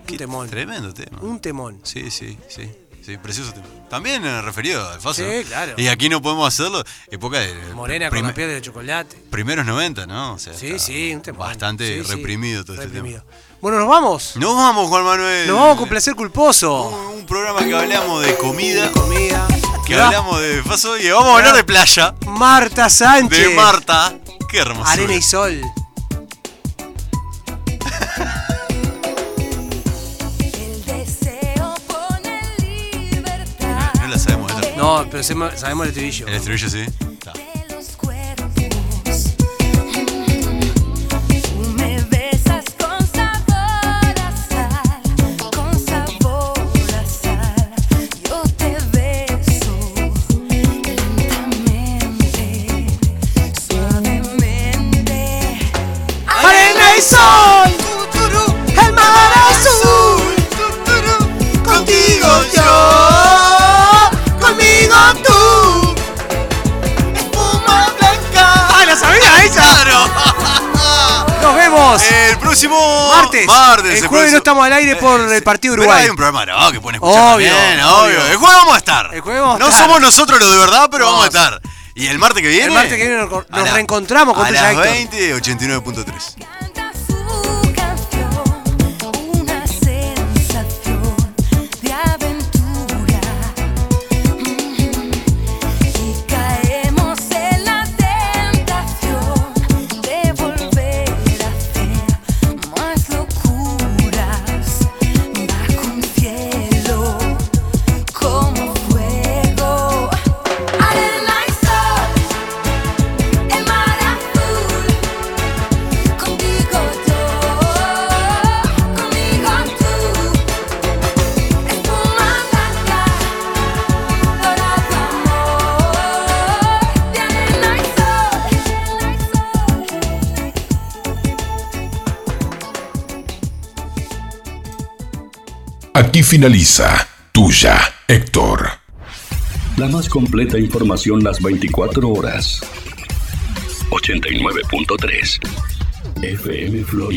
C: Un
B: Qué
C: temón.
B: Tremendo tema.
C: Un temón.
B: Sí, sí, sí. Sí, precioso tema. También eh, referido al Faso.
C: Sí,
B: ¿no?
C: claro.
B: Y aquí no podemos hacerlo. Época de.
C: Morena con
B: prime-
C: la piel de chocolate.
B: Primeros 90, ¿no? O sea,
C: Sí,
B: está
C: sí, un temón.
B: Bastante
C: Sí, sí.
B: reprimido todo
C: Reprimido.
B: este
C: Bueno, nos vamos.
B: tema. Nos vamos, Juan Manuel.
C: Nos vamos con placer culposo.
B: Un, un programa que hablamos de comida,
C: Comida.
B: que
C: Mirá,
B: hablamos de Faso y vamos a hablar de playa,
C: Marta
B: de
C: Sánchez.
B: Marta. Qué hermoso.
C: Arena y sol.
E: El deseo pone libertad.
B: No la sabemos letra.
C: No, pero sema- sabemos el estribillo.
B: El estribillo, sí. Está.
E: De los cuerpos. Tú me besas con sabor a sal, con sabor a sal. Yo te beso lentamente, suavemente.
C: Arena y sol. El mar azul. Contigo yo. Conmigo tú. Espuma blanca. ¡Ah, la sabía esa! Nos vemos.
B: El próximo
C: Martes.
B: martes,
C: El jueves no
B: próximo- Eh,
C: estamos al aire por el partido
B: pero
C: Uruguay.
B: hay un programa no, que pueden escuchar
C: Obvio,
B: también,
C: obvio.
B: obvio. El jueves vamos a estar.
C: El jueves vamos a
B: no
C: estar.
B: somos nosotros los de verdad, pero vamos a
C: Vamos.
B: estar. Y el martes que viene.
C: El martes que viene nos-
B: a
C: nos
B: la-
C: reencontramos con
B: A
C: tu
B: las
C: Héctor.
B: 20, 89.3.
E: Canta su canción, una sensación de aventura. Y caemos en la tentación de volver a hacer más locuras bajo un cielo como fuego. Arena y sol, el mar azul. Contigo yo, conmigo tú, espuma blanca, dorado amor, de arena y sol.
G: Aquí finaliza Tuya, Héctor.
H: La más completa información las 24 horas. 89.3 FM Florida.